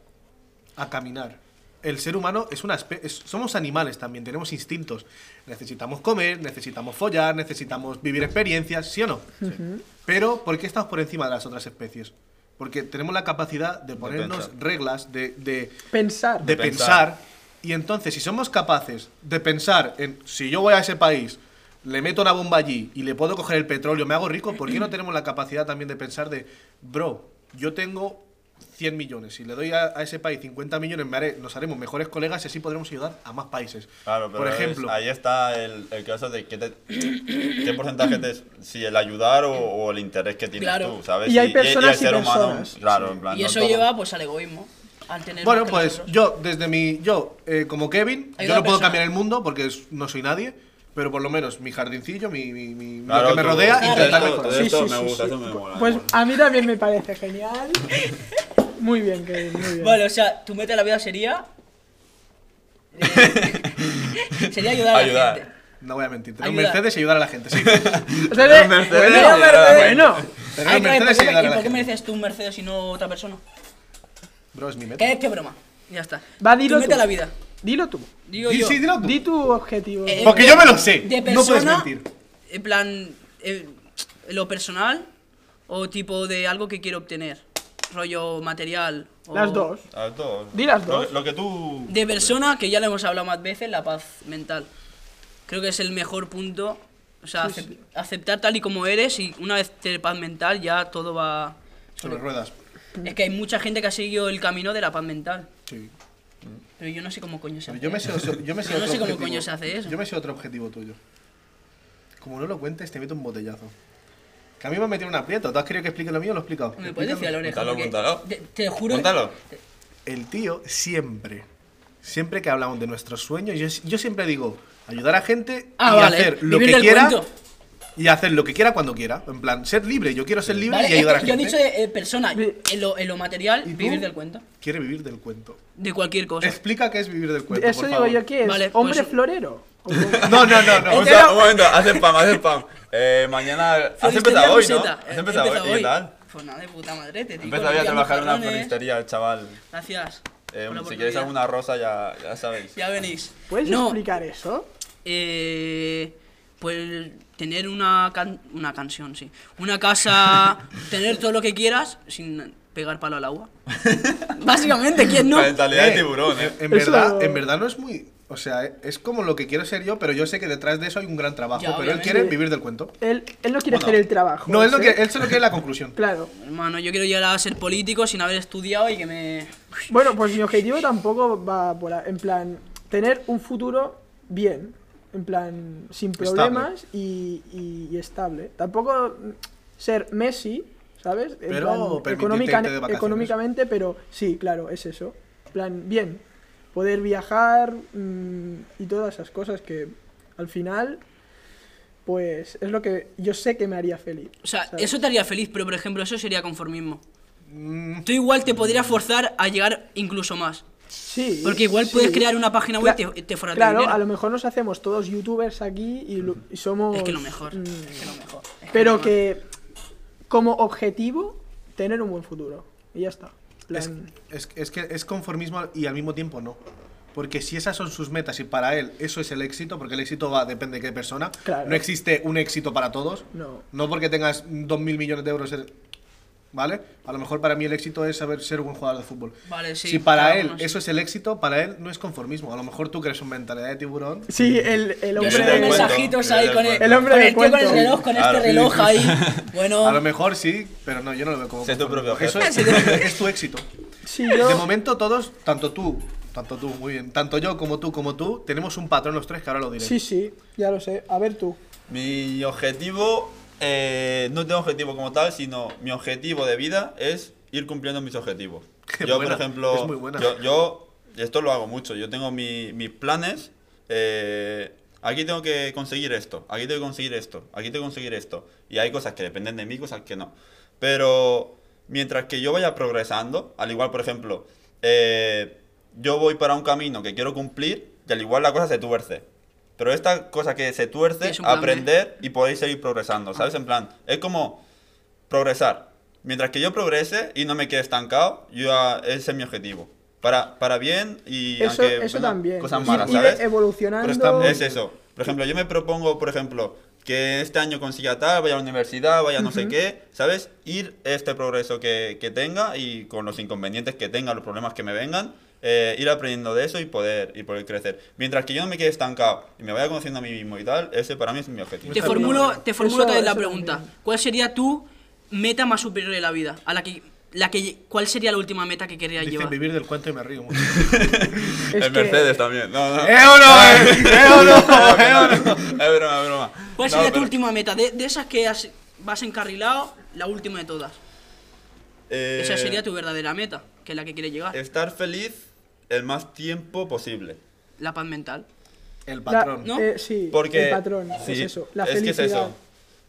A: a caminar. El ser humano es una espe- es- somos animales también, tenemos instintos. Necesitamos comer, necesitamos follar, necesitamos vivir experiencias, ¿sí o no? Pero ¿por qué estamos por encima de las otras especies? Porque tenemos la capacidad de ponernos
C: pensar.
A: reglas, de, de-
D: Pensar.
A: de
C: De
A: pensar.
C: pensar.
A: Y entonces, si somos capaces de pensar en si yo voy a ese país, le meto una bomba allí y le puedo coger el petróleo, me hago rico, ¿por qué no tenemos la capacidad también de pensar de, bro, yo tengo 100 millones. Si le doy a, a ese país 50 millones, me haré- nos haremos mejores colegas y así podremos ayudar a más países.
C: Claro, pero
A: Por
C: es-
A: ejemplo,
C: ahí está el, el caso de que te- qué porcentaje te es, si el ayudar o, o el interés que tienes
B: Claro.
C: tú, ¿sabes?
D: Y hay personas y
C: ser
D: personas.
C: claro, en plan,
B: Y
C: no
B: eso
C: todo.
B: lleva pues al egoísmo. Al tener
A: Bueno,
B: más que
A: pues
B: nosotros.
A: yo, desde mi. Yo, eh, como Kevin,
B: Hay
A: yo
B: una
A: no puedo
B: persona.
A: cambiar el mundo porque es- no soy nadie, pero por lo menos mi jardincillo, mi, mi- mi-
C: Claro,
A: lo que me
C: tú-
A: rodea,
C: tú-
A: intentar
C: tú- tú-
A: mejorar.
C: Esto me gusta, esto me mola,
D: Pues
C: me mola.
D: a mí también me
B: <laughs>
D: parece genial. Muy bien, Kevin, muy bien.
B: Vale, o sea, tu meta en la vida sería.
A: <laughs>
B: eh, sería ayudar a la
C: Ayudar.
B: gente.
A: No voy a mentir, tener un
B: Ayudar.
A: Mercedes y ayudar a la
B: <laughs>
A: gente, sí.
D: O sea,
C: Pero
D: de-
C: Mercedes,
D: bueno,
C: mira,
D: pero
C: bueno.
D: bueno.
A: Tener
B: Ay,
A: un
B: claro,
A: Mercedes
B: ¿por
A: y
B: qué me-
A: ayudar a la
B: ¿y por qué
A: gente.
B: mereces tú un Mercedes y no otra persona?
A: Bro, es mi meta.
B: ¿Qué, qué broma? Ya está.
D: Va, dilo
B: tu meta
D: tú.
B: en la vida.
D: Dilo tú.
B: Digo
A: Di-
B: yo.
A: sí, dilo tú.
D: Di tu objetivo.
B: Eh,
A: Porque yo me lo sé.
B: De
A: no puedes
B: persona,
A: mentir.
B: En plan, eh, lo personal o tipo de algo que quiero obtener. Rollo material. O
D: Las dos.
C: A ver, todo.
D: Di las
C: Lo-
D: dos.
C: Lo, que tú.
B: De persona, que ya lo hemos hablado más veces, la paz mental. Creo que es el mejor punto. O sea, acep- aceptar tal y como eres y una vez tener paz mental ya todo va...
A: Sobre ruedas.
B: Es que hay mucha gente que ha seguido el camino de la paz mental.
A: Sí.
B: Pero yo no sé cómo coño se
A: Pero
B: hace.
A: yo me sé, oso- yo me sé
B: <laughs> Yo no
A: otro
B: sé cómo
A: objetivo.
B: coño se hace eso.
A: Yo me sé otro objetivo tuyo. Como no lo cuentes, te meto un botellazo. Que a mí me ha metido un aprieto. ¿Tú has querido que explique lo mío? Lo he explicado.
B: ¿Me puedes decir a la oreja?
C: Cuéntalo,
B: Porque
C: cuéntalo.
B: Te, te juro...
C: Cuéntalo.
A: el tío siempre, siempre que hablamos de nuestros sueños, yo, yo siempre digo ayudar a gente
B: Ah,
A: y
B: vale.
A: hacer lo
B: Vivir
A: que
B: del
A: quiera
B: cuento.
A: y hacer lo que quiera cuando quiera. En plan, ser libre, yo quiero ser libre
B: Vale,
A: y ayudar a
B: es que yo he
A: gente.
B: dicho de eh, persona,
D: Vi-
B: en lo, en lo material,
A: ¿Y tú?
B: vivir del cuento.
A: Quiere vivir del cuento.
B: De cualquier cosa.
A: Explica qué es vivir del cuento.
D: Eso
A: por
D: digo
A: favor.
D: yo que es
B: Vale,
D: hombre
B: pues- <laughs>
D: florero. Como-
A: No, no,
C: <laughs>
A: no, no.
C: Un, sa- un momento, haz spam, haz spam. Eh, mañana. Has
B: Floristería
C: empezado hoy, ¿no?
B: Rosetta.
A: Eh,
C: Has
B: He
C: empezado hoy. ¿Qué tal?
B: Pues nada, de puta madre, te digo.
C: Empezaba ya a
B: limpiando
C: trabajar en una
B: jarrones.
C: floristería, chaval.
B: Gracias.
C: Eh,
B: por la
C: si queréis
B: oportunidad.
C: alguna rosa, ya, ya sabéis.
B: Ya venís.
D: ¿Puedes
B: no,
D: explicar eso?
B: eh, pues tener una, can- una canción, sí.
C: <laughs>
B: Una casa, tener todo lo que quieras sin pegar palo al agua. <laughs> Básicamente, ¿quién no?
C: Mentalidad
A: Eh,
C: de tiburón, eh.
A: En, en
D: Eso-
A: verdad, en verdad no es muy. O sea, es como lo que quiero ser yo, pero yo sé que detrás de eso hay un gran trabajo.
B: Ya,
A: pero él
B: obviamente.
A: quiere vivir del cuento.
D: Él, él no quiere hacer el trabajo.
A: No, él, no
D: ¿sí?
A: quiere- él solo quiere la
D: <laughs>
A: conclusión.
D: Claro.
B: Hermano, yo quiero llegar a ser político sin haber estudiado y que me...
D: Bueno, pues mi objetivo tampoco va por ahí. En plan, tener un futuro bien. En plan, sin
A: Estable.
D: problemas y, y- y estable. Tampoco mm, ser Messi, ¿sabes? En
A: Pero permitirte irte de vacaciones.
D: económicamente, pero sí, claro, es eso. En plan, bien. Poder viajar mm, y todas esas cosas que al final, pues es lo que yo sé que me haría feliz.
B: O sea,
D: ¿sabes?
B: eso te haría feliz, pero por ejemplo, eso sería conformismo.
A: Mm,
B: Tú igual te podrías forzar a llegar incluso más.
D: Sí.
B: Porque igual puedes crear una página web
D: Cla-
B: y te, te forras de
D: Claro,
B: dinero.
D: a lo mejor nos hacemos todos youtubers aquí y, lo- y somos.
B: Es que lo mejor.
D: mm,
B: Es que lo mejor. es
D: Pero
B: lo mejor.
D: que como objetivo, tener un buen futuro. Y ya está.
A: Es,
D: Plan-
A: es- es que es conformismo y al mismo tiempo no. Porque si esas son sus metas y para él eso es el éxito, porque el éxito va, depende de qué persona,
D: Claro.
A: no existe un éxito para todos.
D: No.
A: No porque tengas 2.000 millones de euros, eres- ¿vale? A lo mejor para mí el éxito es saber ser un buen jugador de fútbol.
B: Vale, sí,
A: si para
B: cada
A: él
B: uno sí.
A: eso es el éxito, para él no es conformismo. A lo mejor tú crees una mentalidad de tiburón.
D: Sí, el, el
B: Yo
D: hombre.
B: subo
C: del cuento,
B: mensajitos ahí
C: del
B: con el,
C: cuento.
D: El hombre
B: con
D: del
B: el tío con el
D: cuento.
B: reloj, con
C: Claro.
B: este reloj ahí. Bueno,
A: A lo mejor sí, pero no, yo no lo veo como
C: Sé tu
A: conformismo.
C: propio
A: Eso es,
D: <laughs>
B: jefe.
A: es tu éxito.
D: Sí, yo.
A: De momento todos, tanto tú, tanto tú, muy bien, tanto yo como tú, como tú, tenemos un patrón los tres que ahora lo diré.
D: Sí, sí, ya lo sé. A ver tú.
C: Mi objetivo, eh, no tengo objetivo como tal, sino mi objetivo de vida es ir cumpliendo mis objetivos.
A: Qué
C: yo,
A: buena,
C: por ejemplo,
A: es muy buena.
C: Yo, yo- esto lo hago mucho, yo tengo mi- mis planes, eh, aquí tengo que conseguir esto, aquí tengo que conseguir esto, aquí tengo que conseguir esto, y hay cosas que dependen de mí, cosas que no. Pero mientras que yo vaya progresando, al igual, por ejemplo, eh, yo voy para un camino que quiero cumplir y al igual la cosa se tuerce. Pero esta cosa que se tuerce,
B: Es un plan B.
C: aprender y podéis seguir progresando, ¿sabes? En plan, es como progresar. Mientras que yo progrese y no me quede estancado, yo ah, ese es mi objetivo. Para, para bien y
D: Eso,
C: aunque,
D: eso
C: bueno,
D: también.
C: cosas
D: Ir-
C: malas,
D: ir
C: ¿sabes?
D: evolucionando.
A: Pero está muy-
C: Es eso. Por ejemplo, yo me propongo, por ejemplo, que este año consiga tal, vaya a la universidad, vaya a no sé qué, ¿sabes? Ir este progreso que, que tenga y con los inconvenientes que tenga, los problemas que me vengan, eh, ir aprendiendo de eso y poder, y poder crecer. Mientras que yo no me quede estancado y me vaya conociendo a mí mismo y tal, ese para mí es mi objetivo.
B: te
A: Eso
B: formulo,
D: también.
B: te formulo
D: Eso-
B: otra vez la
D: eso
B: pregunta.
D: también.
B: ¿Cuál sería tu meta más superior de la vida? A la que la que, ¿Cuál sería la última meta que quería
A: Dicen
B: llevar?
A: vivir del cuento y me río
D: <laughs>
A: mucho.
C: <laughs>
D: Es
C: el
D: que-
C: Mercedes también. No, no.
A: ¡Euro! eh!
C: Claro
A: ¡Euro!
C: que no,
A: ¡Euro!
C: no. Es broma, es broma.
B: ¿Cuál
C: No,
B: Pues sería tu
C: pero-
B: última meta? De, de esas que has- vas encarrilado, la última de todas.
C: eh,
B: Esa sería tu verdadera meta, que es la que quieres llegar.
C: Estar feliz el más tiempo posible.
B: La paz mental.
A: El
D: La-
A: patrón.
B: ¿no?
D: eh, sí,
C: Porque.
D: el patrón.
C: Sí,
D: es eso. La
C: es que es
D: felicidad.
C: eso.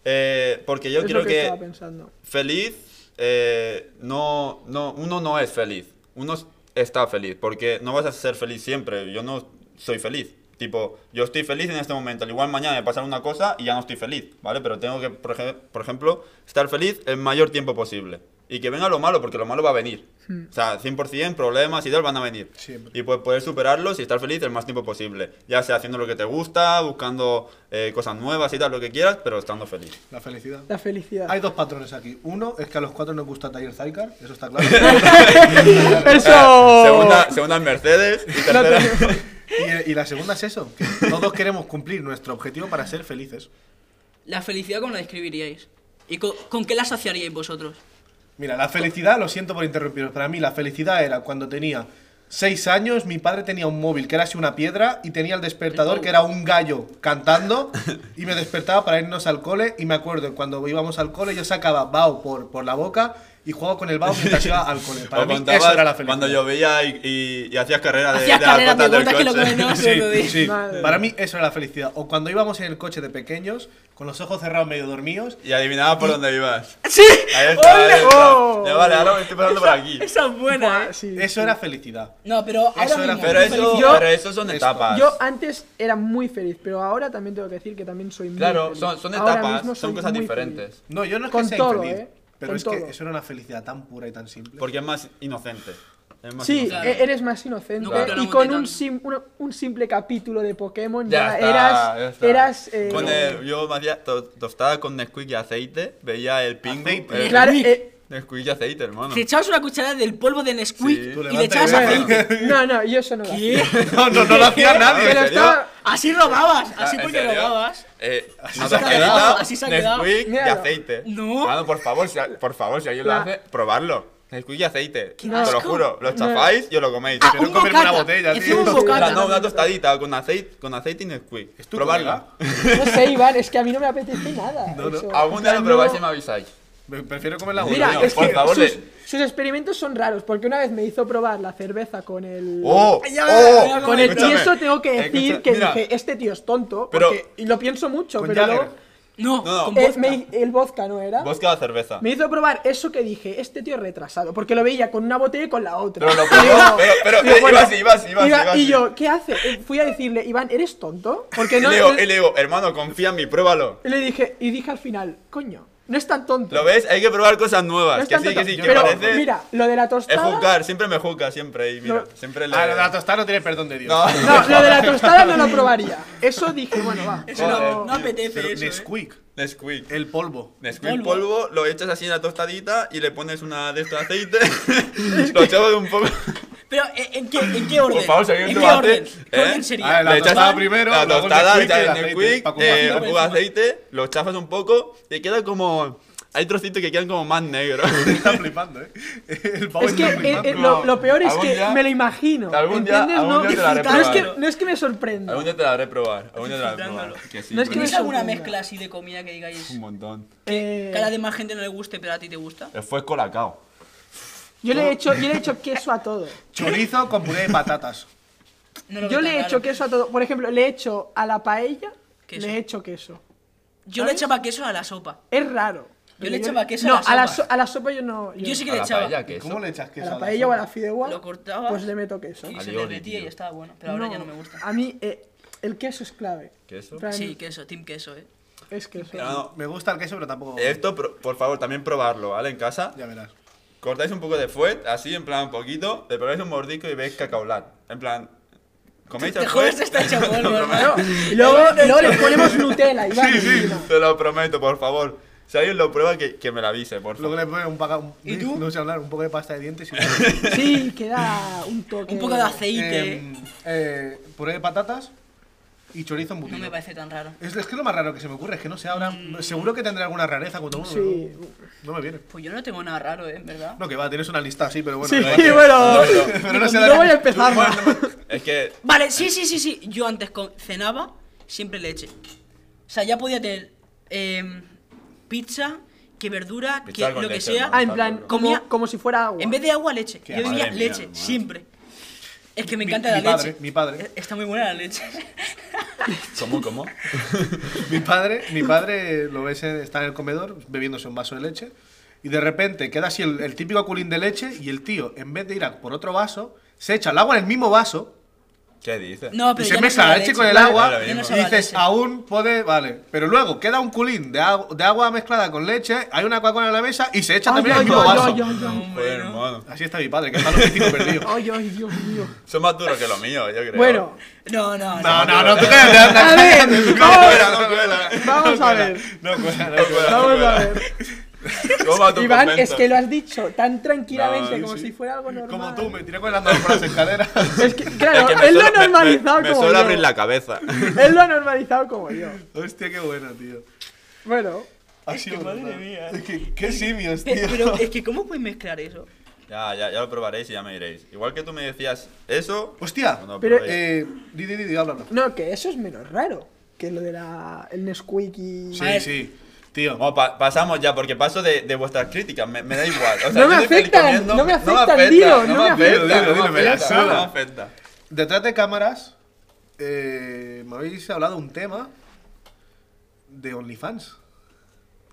C: Eh, porque yo
D: Es
C: creo
D: lo que,
C: que.
D: estaba pensando.
C: feliz, eh, no, no, uno no es feliz. Uno está feliz, porque no vas a ser feliz siempre. Yo no soy feliz. Tipo, yo estoy feliz en este momento. Al igual mañana me pasará una cosa y ya no estoy feliz, ¿vale? Pero tengo que, por, ej- por ejemplo, estar feliz el mayor tiempo posible. Y que venga lo malo, porque lo malo va a venir. O sea, 100% problemas y tal van a venir.
A: Siempre.
C: Y pues poder superarlos y estar feliz el más tiempo posible. Ya sea haciendo lo que te gusta, buscando eh, cosas nuevas y tal, lo que quieras, pero estando feliz.
A: La felicidad.
D: La felicidad.
A: Hay dos patrones aquí. Uno es que a los cuatro nos gusta Taller Zycar, eso está
D: <laughs>
A: claro.
D: ¡Eso!
C: Segunda, segunda en Mercedes y tercera.
A: y, y la segunda es eso, que todos queremos cumplir nuestro objetivo para ser felices.
B: La felicidad, ¿cómo la describiríais? ¿Y co- con, qué la saciaríais vosotros?
A: Mira, la felicidad, lo siento por interrumpiros, para mí la felicidad era cuando tenía seis años, mi padre tenía un móvil que era así una piedra y tenía el despertador que era un gallo
C: <laughs>
A: cantando y me despertaba para irnos al cole y me acuerdo que cuando íbamos al cole yo sacaba bao por, por la boca y jugaba con el bao mientras iba al cole. Para
C: <laughs> O
A: mí
C: contabas
A: eso era la felicidad.
C: Cuando llovía y, y, y hacías carrera de,
B: Hacías
C: de las
B: carreras de
C: gotas del
B: botas que lo
C: coche.
A: <laughs>
B: comen,
A: Sí,
B: Eso lo dije.
A: sí.
D: Madre
A: Para
D: mía.
A: mí eso era la felicidad. O cuando íbamos en el coche de pequeños, con los ojos cerrados medio dormidos.
C: Y adivinabas por dónde ibas.
B: ¡Sí!
C: Ahí está. ahí está.
D: ¡Oh!
C: Ya vale, ahora me estoy pasando por aquí.
B: Esa es buena,
D: Buah,
B: ¿eh?
D: sí.
A: Eso era felicidad.
B: No, pero ahora
A: Eso era
B: mismo,
C: Pero eso,
D: Yo-
C: pero eso son
A: Esto.
C: etapas.
D: Yo antes era muy feliz, pero ahora también tengo que decir que también soy muy
C: claro,
D: feliz.
C: son, son
D: Ahora
C: etapas,
D: mismo
C: son
D: soy
C: cosas
D: muy
C: diferentes.
D: feliz.
A: No, yo no es
D: Con
A: que sea
D: todo,
A: infeliz,
D: ¿eh?
A: pero
D: Con
A: es
D: todo.
A: que eso era una felicidad tan pura y tan simple.
C: Porque es más inocente. Es más
D: Sí,
C: inocente.
D: e- eres más inocente.
B: No
D: y
B: controlamos
D: con
B: de
D: un,
B: tanto.
D: sim- uno- un simple capítulo de Pokémon
C: Ya
D: ya,
C: está,
D: eras.
C: ya está.
D: eras eh,
C: Con el- yo me hacía to- tostada con Nesquik y aceite, veía el pingo.
A: Aceite.
C: eh,
D: Claro,
B: Uy.
D: eh,
C: Nesquik y aceite, hermano.
B: Te echabas una cucharada del polvo de Nesquik
C: Sí. Tú
B: y le
A: levanta
B: echabas
A: y bebe.
B: aceite.
D: <laughs> no, no, yo eso no lo hacía.
A: no, no, no lo hacía nadie.
C: Pero
D: Pero
C: ¿En serio?
D: estaba.
B: Así robabas,
C: Ah,
B: así
C: ¿en
B: porque
C: serio?
B: robabas.
C: Eh, así
A: se ha quedado,
B: así se ha quedado.
C: Nesquik y
D: Míralo.
C: aceite.
B: No.
C: Mano, por favor, si, por favor, si alguien lo
D: La-
C: hace, probarlo. Nesquik y aceite.
B: Qué
C: Te
B: asco.
C: lo juro, lo
D: No.
C: chafáis y os lo coméis.
B: Ah,
A: Pero
B: un
A: comerme una
B: bocata.
A: botella, tío.
B: Encima un
D: Sí.
B: bocata.
C: Una- no, una tostadita con aceite, con aceite y Nesquik.
A: ¿Es tu
C: Probarla. <laughs>
D: No sé, Iván, es que a mí no me apetece nada.
A: No, no.
D: eso.
C: Algún día
D: En
C: lo
D: plan,
C: probáis
D: no-
C: y me avisáis.
A: Me prefiero comer la boca.
D: Mira,
C: Dios,
D: es
C: por
D: que
C: favor,
D: sus,
C: le-
D: sus experimentos son raros, porque una vez me hizo probar la cerveza con el.
C: ¡Oh!
B: Ya,
C: ¡Oh!
B: ya, ya,
D: Con el
C: Escúchame,
D: tieso tengo que
C: escucha-
D: decir que
C: mira,
D: dije, este tío es tonto,
C: Pero-
D: porque- y lo pienso mucho,
A: Con
D: pero luego-
A: Jagger.
B: No,
C: No, no.
B: con
D: Eh,
B: vodka.
D: me- el vodka no era.
C: Vodka o cerveza.
D: Me hizo probar eso que dije, este tío es retrasado, porque lo veía con una botella y con la otra.
C: Pero lo
D: <laughs> Y
C: probó,
D: digo-
C: pero- pero,
D: digo,
C: eh, iba así, iba así, iba así, iba
D: Y
C: así.
D: yo, ¿qué hace? Eh, Fui a decirle, Iván, ¿eres tonto? Porque
C: Y
D: no.
C: le digo,
D: no-
C: y le digo, eh, hermano, confía en mí, pruébalo.
D: y le dije, y dije al final, coño, no es tan tonto.
C: ¿Lo ves? Hay que probar cosas nuevas.
D: No es
C: que
D: tan
C: sí,
D: tonto.
C: que sí, que
D: pero
C: parece.
D: mira, lo de la
C: es
D: tostada.
C: juzgar, siempre me juzga, siempre. Y mira,
D: No.
C: siempre le.
A: Ah, lo de la tostada no tiene perdón de Dios.
C: No.
D: No, lo de la tostada no lo probaría. Eso dije, bueno, va.
B: Eso no-
C: Joder,
B: no,
C: tío,
B: apetece
A: Pero
B: eso. ¿eh?
A: Nesquik,
C: Nesquik.
A: el polvo. <laughs>
C: Nesquik
B: Polvo.
C: polvo, lo echas así en la tostadita y le pones una de
A: <laughs>
C: estos aceite. lo echabas de un poco.
B: ¿eh? Pero ¿en en qué, en qué orden?
C: Por favor, si alguien
B: ¿En
C: lo
B: qué
C: hace,
B: orden? ¿Qué
C: ¿eh?
B: orden
A: Ah,
B: sería?
A: la
C: Le echas
A: tostada
C: a-
A: primero,
C: la
A: luego el
C: tostada,
A: Nesquik y el
C: echas el
A: aceite,
C: Nesquik,
A: pa'
C: eh,
A: compartirlo
C: un poco de
B: encima.
C: aceite, lo chafas un poco y queda como. Hay trocitos que quedan como
A: <laughs>
C: más negros.
A: Está flipando, ¿eh. El pavo
D: Es que
A: está
D: eh,
A: flipando.
D: eh, lo, lo peor es
C: Algún
D: que
C: día-
D: me lo imagino.
C: algún día-
D: ¿Entiendes?
C: algún
D: no,
C: día te la haré
D: no es que,
C: probar.
D: no es que me sorprenda.
C: Algún día te la haré probar. Algún día te la haré probar. Que sí,
D: No es
C: pero
D: que
B: ¿Tenéis
D: me
B: alguna
D: sorprenda.
B: mezcla así de comida que digáis
C: un montón.
D: Eh,
B: que a la demás gente no le guste, pero a ti te gusta?
C: Fue colacao.
D: yo, le he hecho, yo le he hecho queso a todo.
A: Chorizo con puré de
D: <laughs>
A: patatas.
B: No lo
D: Yo
B: veo
D: le
B: tan
D: he
B: raro.
D: hecho queso a todo. Por ejemplo, le he hecho a la paella,
B: Queso.
D: le he hecho queso.
B: Yo le echaba queso a la sopa.
D: Es raro.
B: Yo le
D: Pero
B: echaba queso a
D: no,
B: la
D: a la,
B: sopa.
D: so- a la sopa yo no. yo
B: Yo
D: no.
B: sí que
C: A
B: le
C: la
B: echaba.
C: paella, que
A: ¿Cómo le echas queso
D: a la
A: a
D: paella o a la
A: sopa?
D: fideuá,
B: Lo cortaba.
D: pues le meto queso.
B: Y se
C: Adiós,
B: derretía y
C: tío.
B: estaba bueno. Pero ahora ya no me gusta.
A: Ah,
D: A mí eh, el queso es clave.
C: ¿Queso? Ah,
D: En plan,
B: Sí, queso, team queso,
C: <laughs>
B: eh.
D: Es queso.
A: Me gusta el queso, pero tampoco.
C: Esto, pro- por favor, también probarlo, ¿vale? En casa.
A: Ya verás.
C: Cortáis un poco de fuet, así, en plan, un poquito. Le probáis un mordico y veis cacaulat. En plan, coméis
B: Te
C: el <laughs>
B: jodes,
C: fuet.
B: está hecho polvo, hermano.
D: Claro, <laughs> y luego, y luego le
C: <laughs>
D: ponemos Nutella, Iván.
C: Sí, sí,
D: encima.
C: te lo prometo, por favor. Si alguien lo prueba, que, que me lo avise, por
A: Luego
C: favor.
A: le pongo un paca- un-
B: ¿Y tú?
A: No sé hablar, un poco de pasta de
D: <laughs>
A: dientes y
D: Sí, queda un toque.
A: Eh,
B: Un poco de aceite.
A: Em, eh, puré de patatas, y chorizo embutido.
B: No me parece tan raro.
A: es, es que lo más raro que se me ocurre, es que no sé, ahora seguro que tendré alguna rareza con todo el
D: Mm. Sí.
A: mundo. No, no me viene.
B: Pues yo no tengo nada raro, ¿eh? En ¿Verdad?
A: No, que va, tienes una lista así, pero bueno.
D: Sí,
A: da
D: <laughs>
A: igual.
D: bueno.
A: Pero no se
D: No
A: da-
D: voy a empezar.
C: Es que
B: Vale, sí, sí, sí, sí. Yo antes con- cenaba siempre leche. O sea, ya podía tener em, pizza, que verdura,
C: Pizza
B: que
C: con
B: lo que
C: leche,
B: sea.
C: ¿no?
D: Ah, en plan, como,
B: Comía-
D: como si fuera agua.
B: En vez de agua, leche.
A: Qué
B: Yo
A: madre
B: bebía
C: mía,
B: leche,
C: madre.
B: siempre. Es que me
A: Mi-
B: encanta
A: mi
B: la
A: padre,
B: leche.
A: mi padre.
B: Eh, Está muy buena la leche.
C: ¿Cómo, cómo?
A: Mi padre, mi padre lo ves, en- está en el comedor bebiéndose un vaso de leche y de repente queda así el, el típico culín de leche y el tío, en vez de ir a por otro vaso, se echa el agua en el mismo vaso
C: ¿Qué dices?
B: No,
A: y
B: pero
A: se
B: ya no
A: mezcla
B: sabe
A: la
B: a
A: leche con el
B: Ya
A: agua
C: Ahora
B: no
C: mismo.
A: y
B: sabe a
A: dices, "Ah,
B: leche.
A: aún puede, vale. Pero luego queda un culín de, agu- de agua mezclada con leche, hay una Coca-Cola en la mesa y se echa
D: Ay,
A: también
D: ay,
A: en el mismo
D: ay,
A: vaso.
D: ay, ay, ay.
B: Hombre,
C: Joder,
B: ¿no?
C: hermano.
A: Así está mi padre, que está los hocico
D: <laughs>
A: perdido.
D: Ay, ay, Dios mío.
C: Son más duros que los míos, yo creo.
D: Bueno,
B: No, no, no.
A: No, no, no, tú cállate, anda,
D: A ver,
A: cállate, tú
D: vamos-
A: cállate, no cuela.
D: vamos
A: No
D: a
A: cuela,
D: ver.
A: No cuela, no cuela.
D: Vamos a ver.
C: ¿Cómo va tu
D: Iván,
C: convento?
D: es que lo has dicho tan tranquilamente
C: No,
D: como si fuera algo normal.
A: Como tú, me tiré con las manos por las
B: <laughs>
A: escaleras.
D: Es que,
C: Es
D: claro,
C: que me
D: él lo ha
C: suele- me-
D: normalizado
C: me, me
D: como
C: suele
D: yo.
C: abrir la cabeza.
D: Él lo ha normalizado como yo.
A: Hostia, qué bueno, tío.
D: Bueno,
A: Ha
B: Es
A: sido
B: que madre
A: brutal.
B: mía.
A: Es que, qué simios,
B: Pe-
A: tío.
B: <laughs> Pero, eh, es que, ¿cómo puedes mezclar eso?
C: ya, ya, ya lo probaréis y ya me diréis. Igual que tú me decías eso.
A: Hostia.
C: cuando lo
D: Pero,
C: probéis.
A: Eh, di, di, di, di, habla, habla.
D: no, que eso es menos raro que lo de la el Nesquik y
A: Sí,
B: ver.
A: sí. Tío.
C: Bueno, pa- pasamos ya, porque paso de, de vuestras críticas, me, me da igual. O sea,
D: No me
C: yo estoy feliz
D: afectan,
C: comiendo,
D: no me afectan, dilo, no me
A: afectan.
C: no me
A: Dilo, dilo, me la
C: afecta, no me
A: suda.
C: afecta.
A: Detrás de cámaras, eh, me habéis hablado un tema de OnlyFans.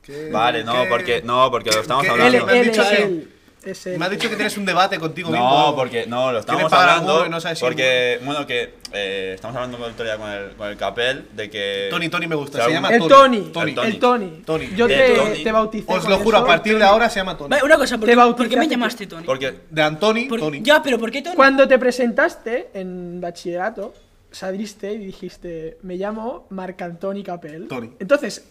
A: ¿Qué-
C: Vale, no,
A: qué-
C: porque, no, porque lo estamos
A: qué-
D: Él,
C: hablando.
A: me han
D: él,
A: dicho que-
D: él, es él.
A: Me has dicho que tienes un debate contigo mismo.
C: No, porque no, lo
A: ¿Quién le
C: estamos
A: paga la
C: hablando.
A: Google? No sabes si-
C: porque, bueno, que eh, estamos hablando con el otro día con el, con el Capel de que.
A: Tony, Tony me gusta.
C: O sea,
A: Se
C: un-
A: llama
D: El Tony,
A: Tony.
D: el Tony.
A: Tony.
D: Yo
C: El
D: te,
C: Tony.
D: te bauticé.
A: Os
D: con
A: lo juro, a
D: eso.
A: partir de ahora se llama Tony.
B: Vale, una cosa, ¿por
D: Te
B: qué, por qué me
D: bautizaste.
B: llamaste Tony?
C: Porque.
A: De Antoni,
B: Por-
A: Tony.
B: Ya, pero ¿por qué Tony?
D: Cuando te presentaste en bachillerato, saliste y dijiste, me llamo Marcantoni Capel.
A: Tony.
D: Entonces,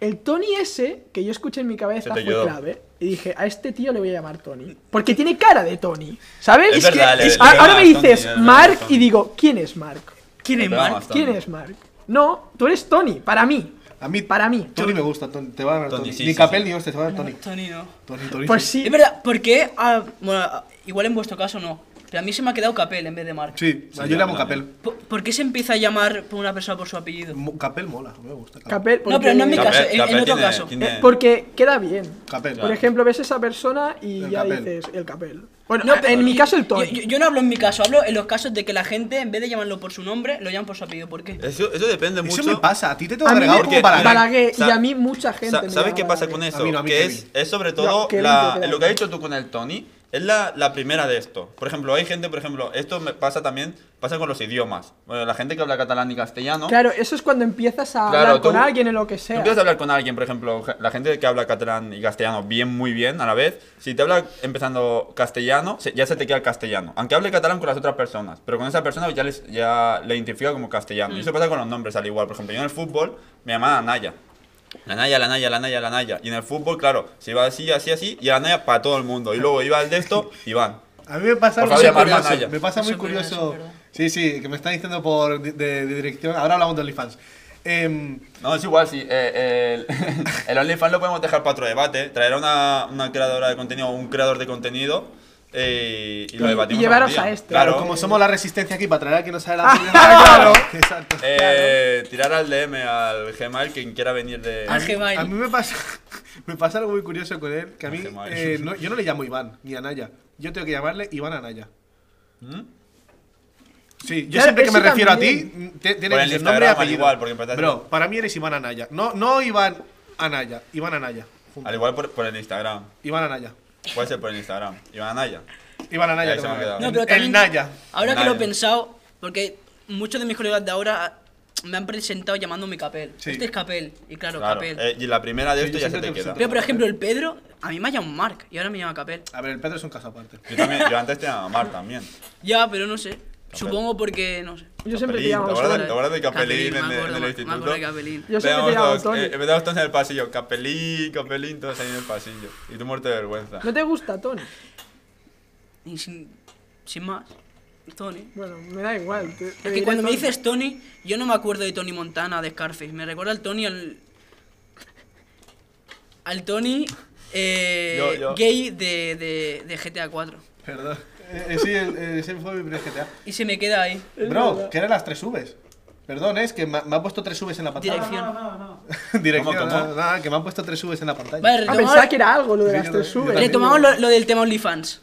D: el Tony ese que yo escuché en mi cabeza
C: Se te
D: fue
C: quedó.
D: clave. Y dije, a este tío le voy a llamar Tony. Porque tiene cara de Tony. ¿Sabes?
C: Es Es que- verdad, le-
D: A-
C: le
D: ahora
C: llamas
D: me
C: Tony,
D: dices
C: le llamas
D: Mark
C: Tony.
D: y digo, ¿quién es Mark?
B: ¿Quién es
C: Te
B: Mark?
C: llamas Tony.
D: ¿Quién es Mark? No, tú eres Tony, para mí.
A: A mí,
D: Para mí.
A: Tony me gusta. Tony, te va a ganar
C: Tony,
A: Tony.
C: sí,
A: ni
C: sí,
A: Capel
C: sí.
A: ni hostia, te va a ganar Tony.
B: Tony no.
A: Tony, Tony.
D: Pues
A: sí.
D: sí.
B: Es verdad, porque ah, bueno, ah, igual en vuestro caso no, pero a mí se me ha quedado Capel en vez de Mark.
A: Sí,
C: Sí,
A: yo le llamo
C: también.
A: Capel.
B: Po- ¿Por qué se empieza a llamar por una persona por su apellido?
A: Mo- Capel mola, me gusta.
D: Capel,
B: No, pero no en mi
C: Capel-
B: caso, en- en,
C: Capel
B: otro
C: tiene-
B: caso.
C: tiene-
D: Eh, porque queda bien.
A: Capel.
D: Por ejemplo, ves a esa persona y
A: El
D: ya
A: capel.
D: dices el capel. Bueno,
B: No,
D: a-
B: pero-
D: en mi caso el Tony.
B: Yo, yo- yo no hablo en mi caso, hablo en los casos de que la gente, en vez de llamarlo por su nombre, lo llaman por su apellido. ¿Por qué?
C: Eso, eso depende
A: Eso
C: mucho.
A: me pasa, a ti te tengo
D: a mí
A: agregado
D: me
A: como
C: porque-
A: para
D: Balaguer, y
C: Sa-
D: a mí mucha gente.
C: Sa-
D: me
C: ¿Sabes
D: llama
C: qué pasa con
D: Balaguer.
C: eso?
A: A mí no, a mí
C: que
A: Kevin.
C: es, es sobre
D: No,
C: todo
D: Kevin,
C: la-
D: Kevin, Kevin.
C: lo que has dicho tú con el Tony, es la, la primera de esto. Por ejemplo, hay gente, por ejemplo, esto me pasa también, pasa con los idiomas. Bueno, la gente que habla catalán y castellano.
D: Claro, eso es cuando empiezas a
C: Claro,
D: hablar con
C: tú-
D: alguien en lo que
C: Tú
D: sea.
C: empiezas a hablar con alguien, por ejemplo, ge- la gente que habla catalán y castellano bien, muy bien a la vez. Si te habla empezando castellano, se- ya se te queda el castellano. Aunque hable catalán con las otras personas, pero con esa persona ya, les, ya le identifica como castellano. Y eso
D: Mm.
C: pasa con los nombres al igual. Por ejemplo, yo en el fútbol me llamaban Anaya. La Naya, la Naya, la Naya, la Naya. Y en el fútbol, claro, se iba así, así, así, y la Naya para todo el mundo.
D: <laughs>
C: Y luego iba el de esto, Iván.
A: A mí me pasa
C: Por
A: muy
C: favor, llamarme a
A: curioso.
C: Naya.
A: Me pasa
B: Eso
A: muy
B: es verdad, eso
A: curioso.
B: es verdad.
A: Sí, sí, que me está diciendo por di- de, de dirección. Ahora hablamos de OnlyFans. Em,
C: No, es igual, sí. eh, el, <laughs> el OnlyFans lo podemos dejar para otro debate. Traer a una, una creadora de contenido o un creador de contenido eh, y, lo
D: Y-
C: debatimos.
D: y llevaros
C: algún día.
D: a este.
A: claro,
C: Claro,
A: como somos la resistencia aquí para traer a quien no sabe la <laughs> Claro, exacto.
C: eh, Tirar al DM, al Gmail, quien quiera venir de.
B: Al Gmail.
A: A mí me pasa, <laughs> me pasa algo muy curioso con él. Que a mí,
C: Hace mal.
A: eh, no- yo no le llamo Iván ni Anaya. Yo tengo que llamarle Iván Anaya.
C: ¿Mm?
A: Sí, yo
D: Claro,
A: siempre que
D: eso
A: me refiero a
D: también.
A: ti, mm, te- tiene
C: Por
A: que
C: el
A: ser nombre y
C: Instagram, al
A: apellido.
C: igual, porque empezaste-
A: Bro, para mí eres Iván Anaya. No, no Iván Anaya, Iván Anaya. Junto.
C: Al igual por, por el Instagram.
A: Iván Anaya.
C: Puede ser por el Instagram. Iván Anaya.
A: Iván Anaya.
C: Ahí se
A: te
C: me ha
A: va a
C: quedado.
A: ver.
B: No, pero también-
A: el Naya.
B: Ahora que lo he
C: Naya.
B: pensado, porque muchos de mis colegas de ahora me han presentado llamándome Capel.
A: Sí.
B: Este es Capel, y claro,
C: Claro.
B: Capel.
C: eh, y la primera de
A: Sí,
C: esto
A: yo
C: ya se
A: siempre
C: te
A: te
C: queda.
A: presento.
B: Pero por ejemplo, el Pedro, a mí me ha llamado Mark, y ahora me llama Capel.
A: A ver, el Pedro es un caso aparte.
C: Yo, también, yo antes te llamaba Mar también.
B: Ya, pero no sé. Supongo porque, no sé.
D: Yo siempre
C: Capelín,
D: te llamo.
C: ¿te
B: Ahora
C: acuerdas? ¿Te acuerdas de Capelín en, el- en el
B: Me acuerdo de
C: instituto?
B: Capelín.
D: Yo siempre te llamo
C: Empezamos todos,
D: Tony.
C: eh, empezamos todos en el pasillo. Capelín, Capelín, todos ahí en el pasillo. Y tú muerto de vergüenza.
D: ¿No te gusta Tony?
B: Y sin, sin más. Tony.
D: Bueno, me da igual. te- te
B: Es que
D: diré
B: cuando me
D: Tony.
B: dices Tony, yo no me acuerdo de Tony Montana, de Scarface. Me recuerda al Tony al. Al Tony eh,
C: Yo- yo.
B: gay de, de- de GTA 4.
A: Perdón. Eh, eh, sí, el- eh, ese fue mi primer GTA.
B: Y se me queda ahí.
D: Es
A: Bro,
D: verdad.
A: que eran las tres Vs. Perdón, es que me, me ha puesto tres Vs en la pantalla.
B: Dirección.
A: <laughs> Dirección,
C: ¿Cómo, cómo?
A: nada, nada, que me han puesto tres Vs en la pantalla.
B: Vale,
D: Ah, pensaba
B: retomamos,
D: que era algo lo de las
A: Yo también-
D: tres
A: yo
D: subes.
A: también.
B: retomamos lo, lo del tema OnlyFans.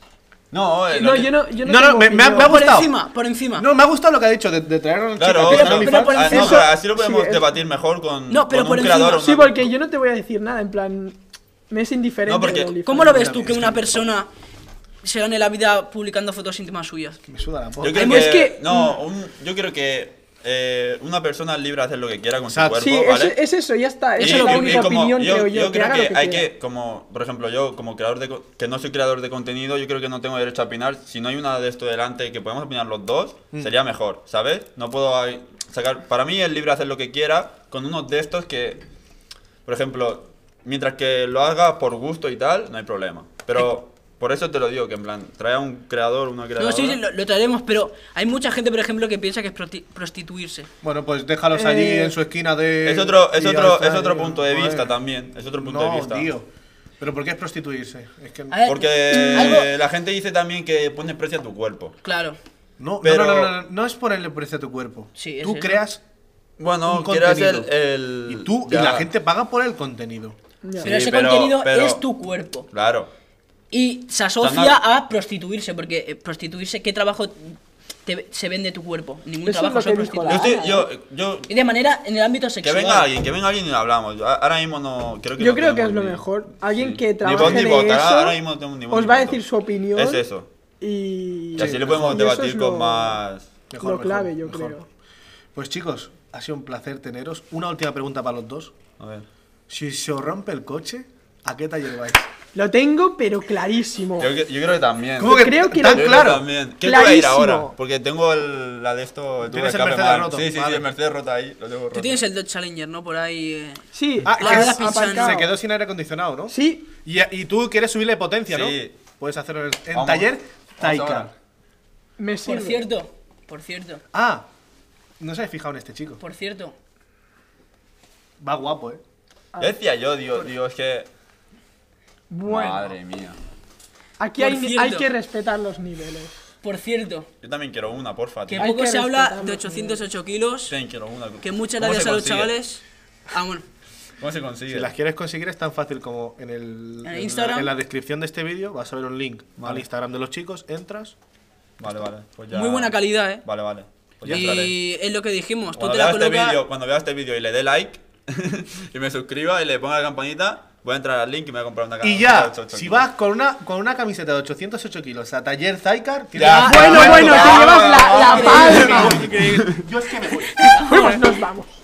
C: No, eh, lo
D: No,
C: que-
D: yo no. Yo no,
A: No, no,
D: tengo
A: me- me ha-
D: opinión.
A: me ha
B: Por
A: gustado.
B: encima, por encima.
A: No, me ha gustado lo que ha dicho de, de traer a una chica
C: Claro,
A: que
C: pero-
A: está en
B: pero por
A: OnlyFans.
C: Ah, no,
B: Eso-
C: pero así lo podemos
D: sí, eh. es-
C: debatir mejor con,
B: No, pero
C: con
B: por
C: un
B: encima.
C: creador. o
B: no-
D: Sí,
C: una-
D: porque yo no te voy a decir nada, en plan. Me es indiferente.
C: No, porque-
D: el OnlyFans.
B: ¿Cómo lo ves tú que una persona se gane la vida publicando fotos íntimas suyas?
A: Me suda la polla.
C: Yo creo
D: Ay,
C: que,
D: es que-
C: no, un- yo creo que eh, una persona es libre de hacer lo que quiera con
A: Exacto.
C: su
D: Sí,
C: cuerpo, ¿vale?
D: es, es eso, ya está.
C: Y-
D: Esa es
C: y- y
D: la única
C: como-
D: opinión, creo yo.
C: creo
D: haga
C: que,
D: lo que
C: hay
D: quiera.
C: que, como, por ejemplo, yo como creador de, co- que no soy creador de contenido, yo creo que no tengo derecho a opinar. Si no hay una de esto delante que podemos opinar los dos,
D: Mm.
C: sería mejor, ¿sabes? No puedo ahí sacar. Para mí es libre hacer lo que quiera con unos de estos que, por ejemplo, mientras que lo haga por gusto y tal, no hay problema. Pero por eso te lo digo que en plan trae a un creador, una creadora.
B: No, sí, sí, lo, lo traeremos, pero hay mucha gente, por ejemplo, que piensa que es proti- prostituirse.
A: Bueno, pues déjalos allí
D: Eh,
A: en su esquina de.
C: Es otro, es
A: y
C: otro,
A: alza
C: es otro
A: ahí.
C: punto de
A: Joder.
C: vista también. Es otro punto
A: no,
C: de vista.
A: tío. ¿Pero por qué es prostituirse? Es que.
B: A
D: Eh,
B: ver,
D: mm,
C: Porque
B: algo-
C: la gente dice también que pones precio a tu cuerpo.
B: Claro.
A: No,
C: pero-
A: no, no, no, no, no es ponerle precio a tu cuerpo.
B: Sí, es
A: Tú
B: eso.
A: creas.
C: Bueno,
A: Un
C: quieras el,
A: contenido.
C: el.
A: Y tú
C: ya.
A: y la gente paga por el contenido.
D: Ya.
B: pero ese
C: pero-
B: contenido
C: pero-
B: es tu cuerpo.
C: Claro.
B: Y se
C: O sea,
B: asocia
C: no-
B: a prostituirse, porque eh, prostituirse, ¿qué trabajo te- se vende tu cuerpo? Ningún
D: Eso es
B: trabajo
D: lo
B: se
D: que dijo
B: prostituye.
D: la-
C: Yo estoy.
D: Ah,
C: Yo, yo,
B: Y de manera en el ámbito
C: que
B: sexual.
C: venga alguien, que venga alguien y lo hablamos. Yo- Ahora mismo no. Creo que
D: Yo
C: no
D: creo que
C: tenemos
D: es lo
C: ni-
D: mejor.
C: sí.
D: Alguien
C: Ni
D: que trabaje
C: voz ni
D: de
C: voto.
D: eso
C: Ahora- ahora mismo no tenemos ni voz
D: os
C: ni
D: va a
C: voto.
D: decir su opinión.
C: Es eso.
D: Y,
C: Y así
A: Sí,
C: lo podemos
D: mejor. Y eso
C: debatir
D: es
C: con
D: lo-
C: más.
A: Mejor,
D: lo
A: mejor,
D: clave, yo
A: mejor.
D: creo.
A: Pues chicos, ha sido un placer teneros. Una última pregunta para los dos.
C: A ver.
A: Si se os rompe el coche, ¿a qué taller vais?
D: Lo tengo, pero clarísimo.
C: Yo, que- yo creo que también.
A: ¿Cómo que
D: creo que
A: tan
D: lo-
C: Yo
A: claro?
C: También. ¿Qué te voy a ir
D: Clarísimo.
C: ahora? Porque tengo el, la de esto. tuve
A: Tienes el
C: escape
A: Mercedes
C: mal.
A: roto,
C: Sí, sí, sí,
A: vale.
C: el Mercedes rota ahí. Lo tengo roto.
B: Tú tienes el Dodge Challenger, ¿no? Por ahí. eh.
D: Sí,
A: Ah,
D: la
B: que
D: has
B: se-
D: aparcado.
A: Se quedó sin aire acondicionado, ¿no?
D: Sí,
A: Y, y tú quieres subirle potencia,
C: Sí.
A: ¿no? Puedes hacerlo en, en
C: Vamos.
A: taller
C: Vamos
A: Taycan.
C: ahora.
D: me sirve.
B: Por cierto, por cierto,
A: Ah, no se habéis fijado en este chico.
B: por cierto.
A: Va guapo, ¿eh?
C: Ya decía yo, digo, digo, es que.
D: Bueno,
C: Madre mía.
D: aquí
B: Por
D: hay,
B: cierto.
D: hay que respetar los niveles.
B: <laughs> Por cierto,
C: Yo también quiero una, porfa,
B: que
C: tío.
D: Hay
B: poco
D: que
B: se habla
D: respetar
B: de
D: los
B: 808 kilos.
C: Yo quiero una.
B: Que muchas
C: ¿Cómo
B: gracias
C: se
B: a los
C: consigue?
B: chavales. Ah, bueno.
C: ¿Cómo se consigue?
A: Si las quieres conseguir es tan fácil como en el
B: ¿En
A: la-
B: Instagram?
A: en la descripción de este vídeo vas a ver un link al Instagram de los chicos, entras.
C: Vale, vale. Pues ya...
B: Muy buena calidad, ¿eh?
C: Vale, vale. Pues ya entraré.
B: Y es lo que dijimos, tú
C: Cuando
B: te la
C: vea, este
B: colocas.
C: vídeo, cuando vea este vídeo y le dé like y me suscriba y le ponga la campanita, voy a entrar al link y me voy a comprar una
A: Y
C: camisa de
A: ya,
C: 888.
A: si vas con una, con una camiseta de 808 kilos a taller Zycar, tienes
C: Ya.
A: un
D: Bueno,
A: buen
D: bueno, te
A: punto.
D: llevas la, la
A: Increíble,
D: palma.
A: increíble. Yo es que me voy.
D: Vamos, Pues nos vamos.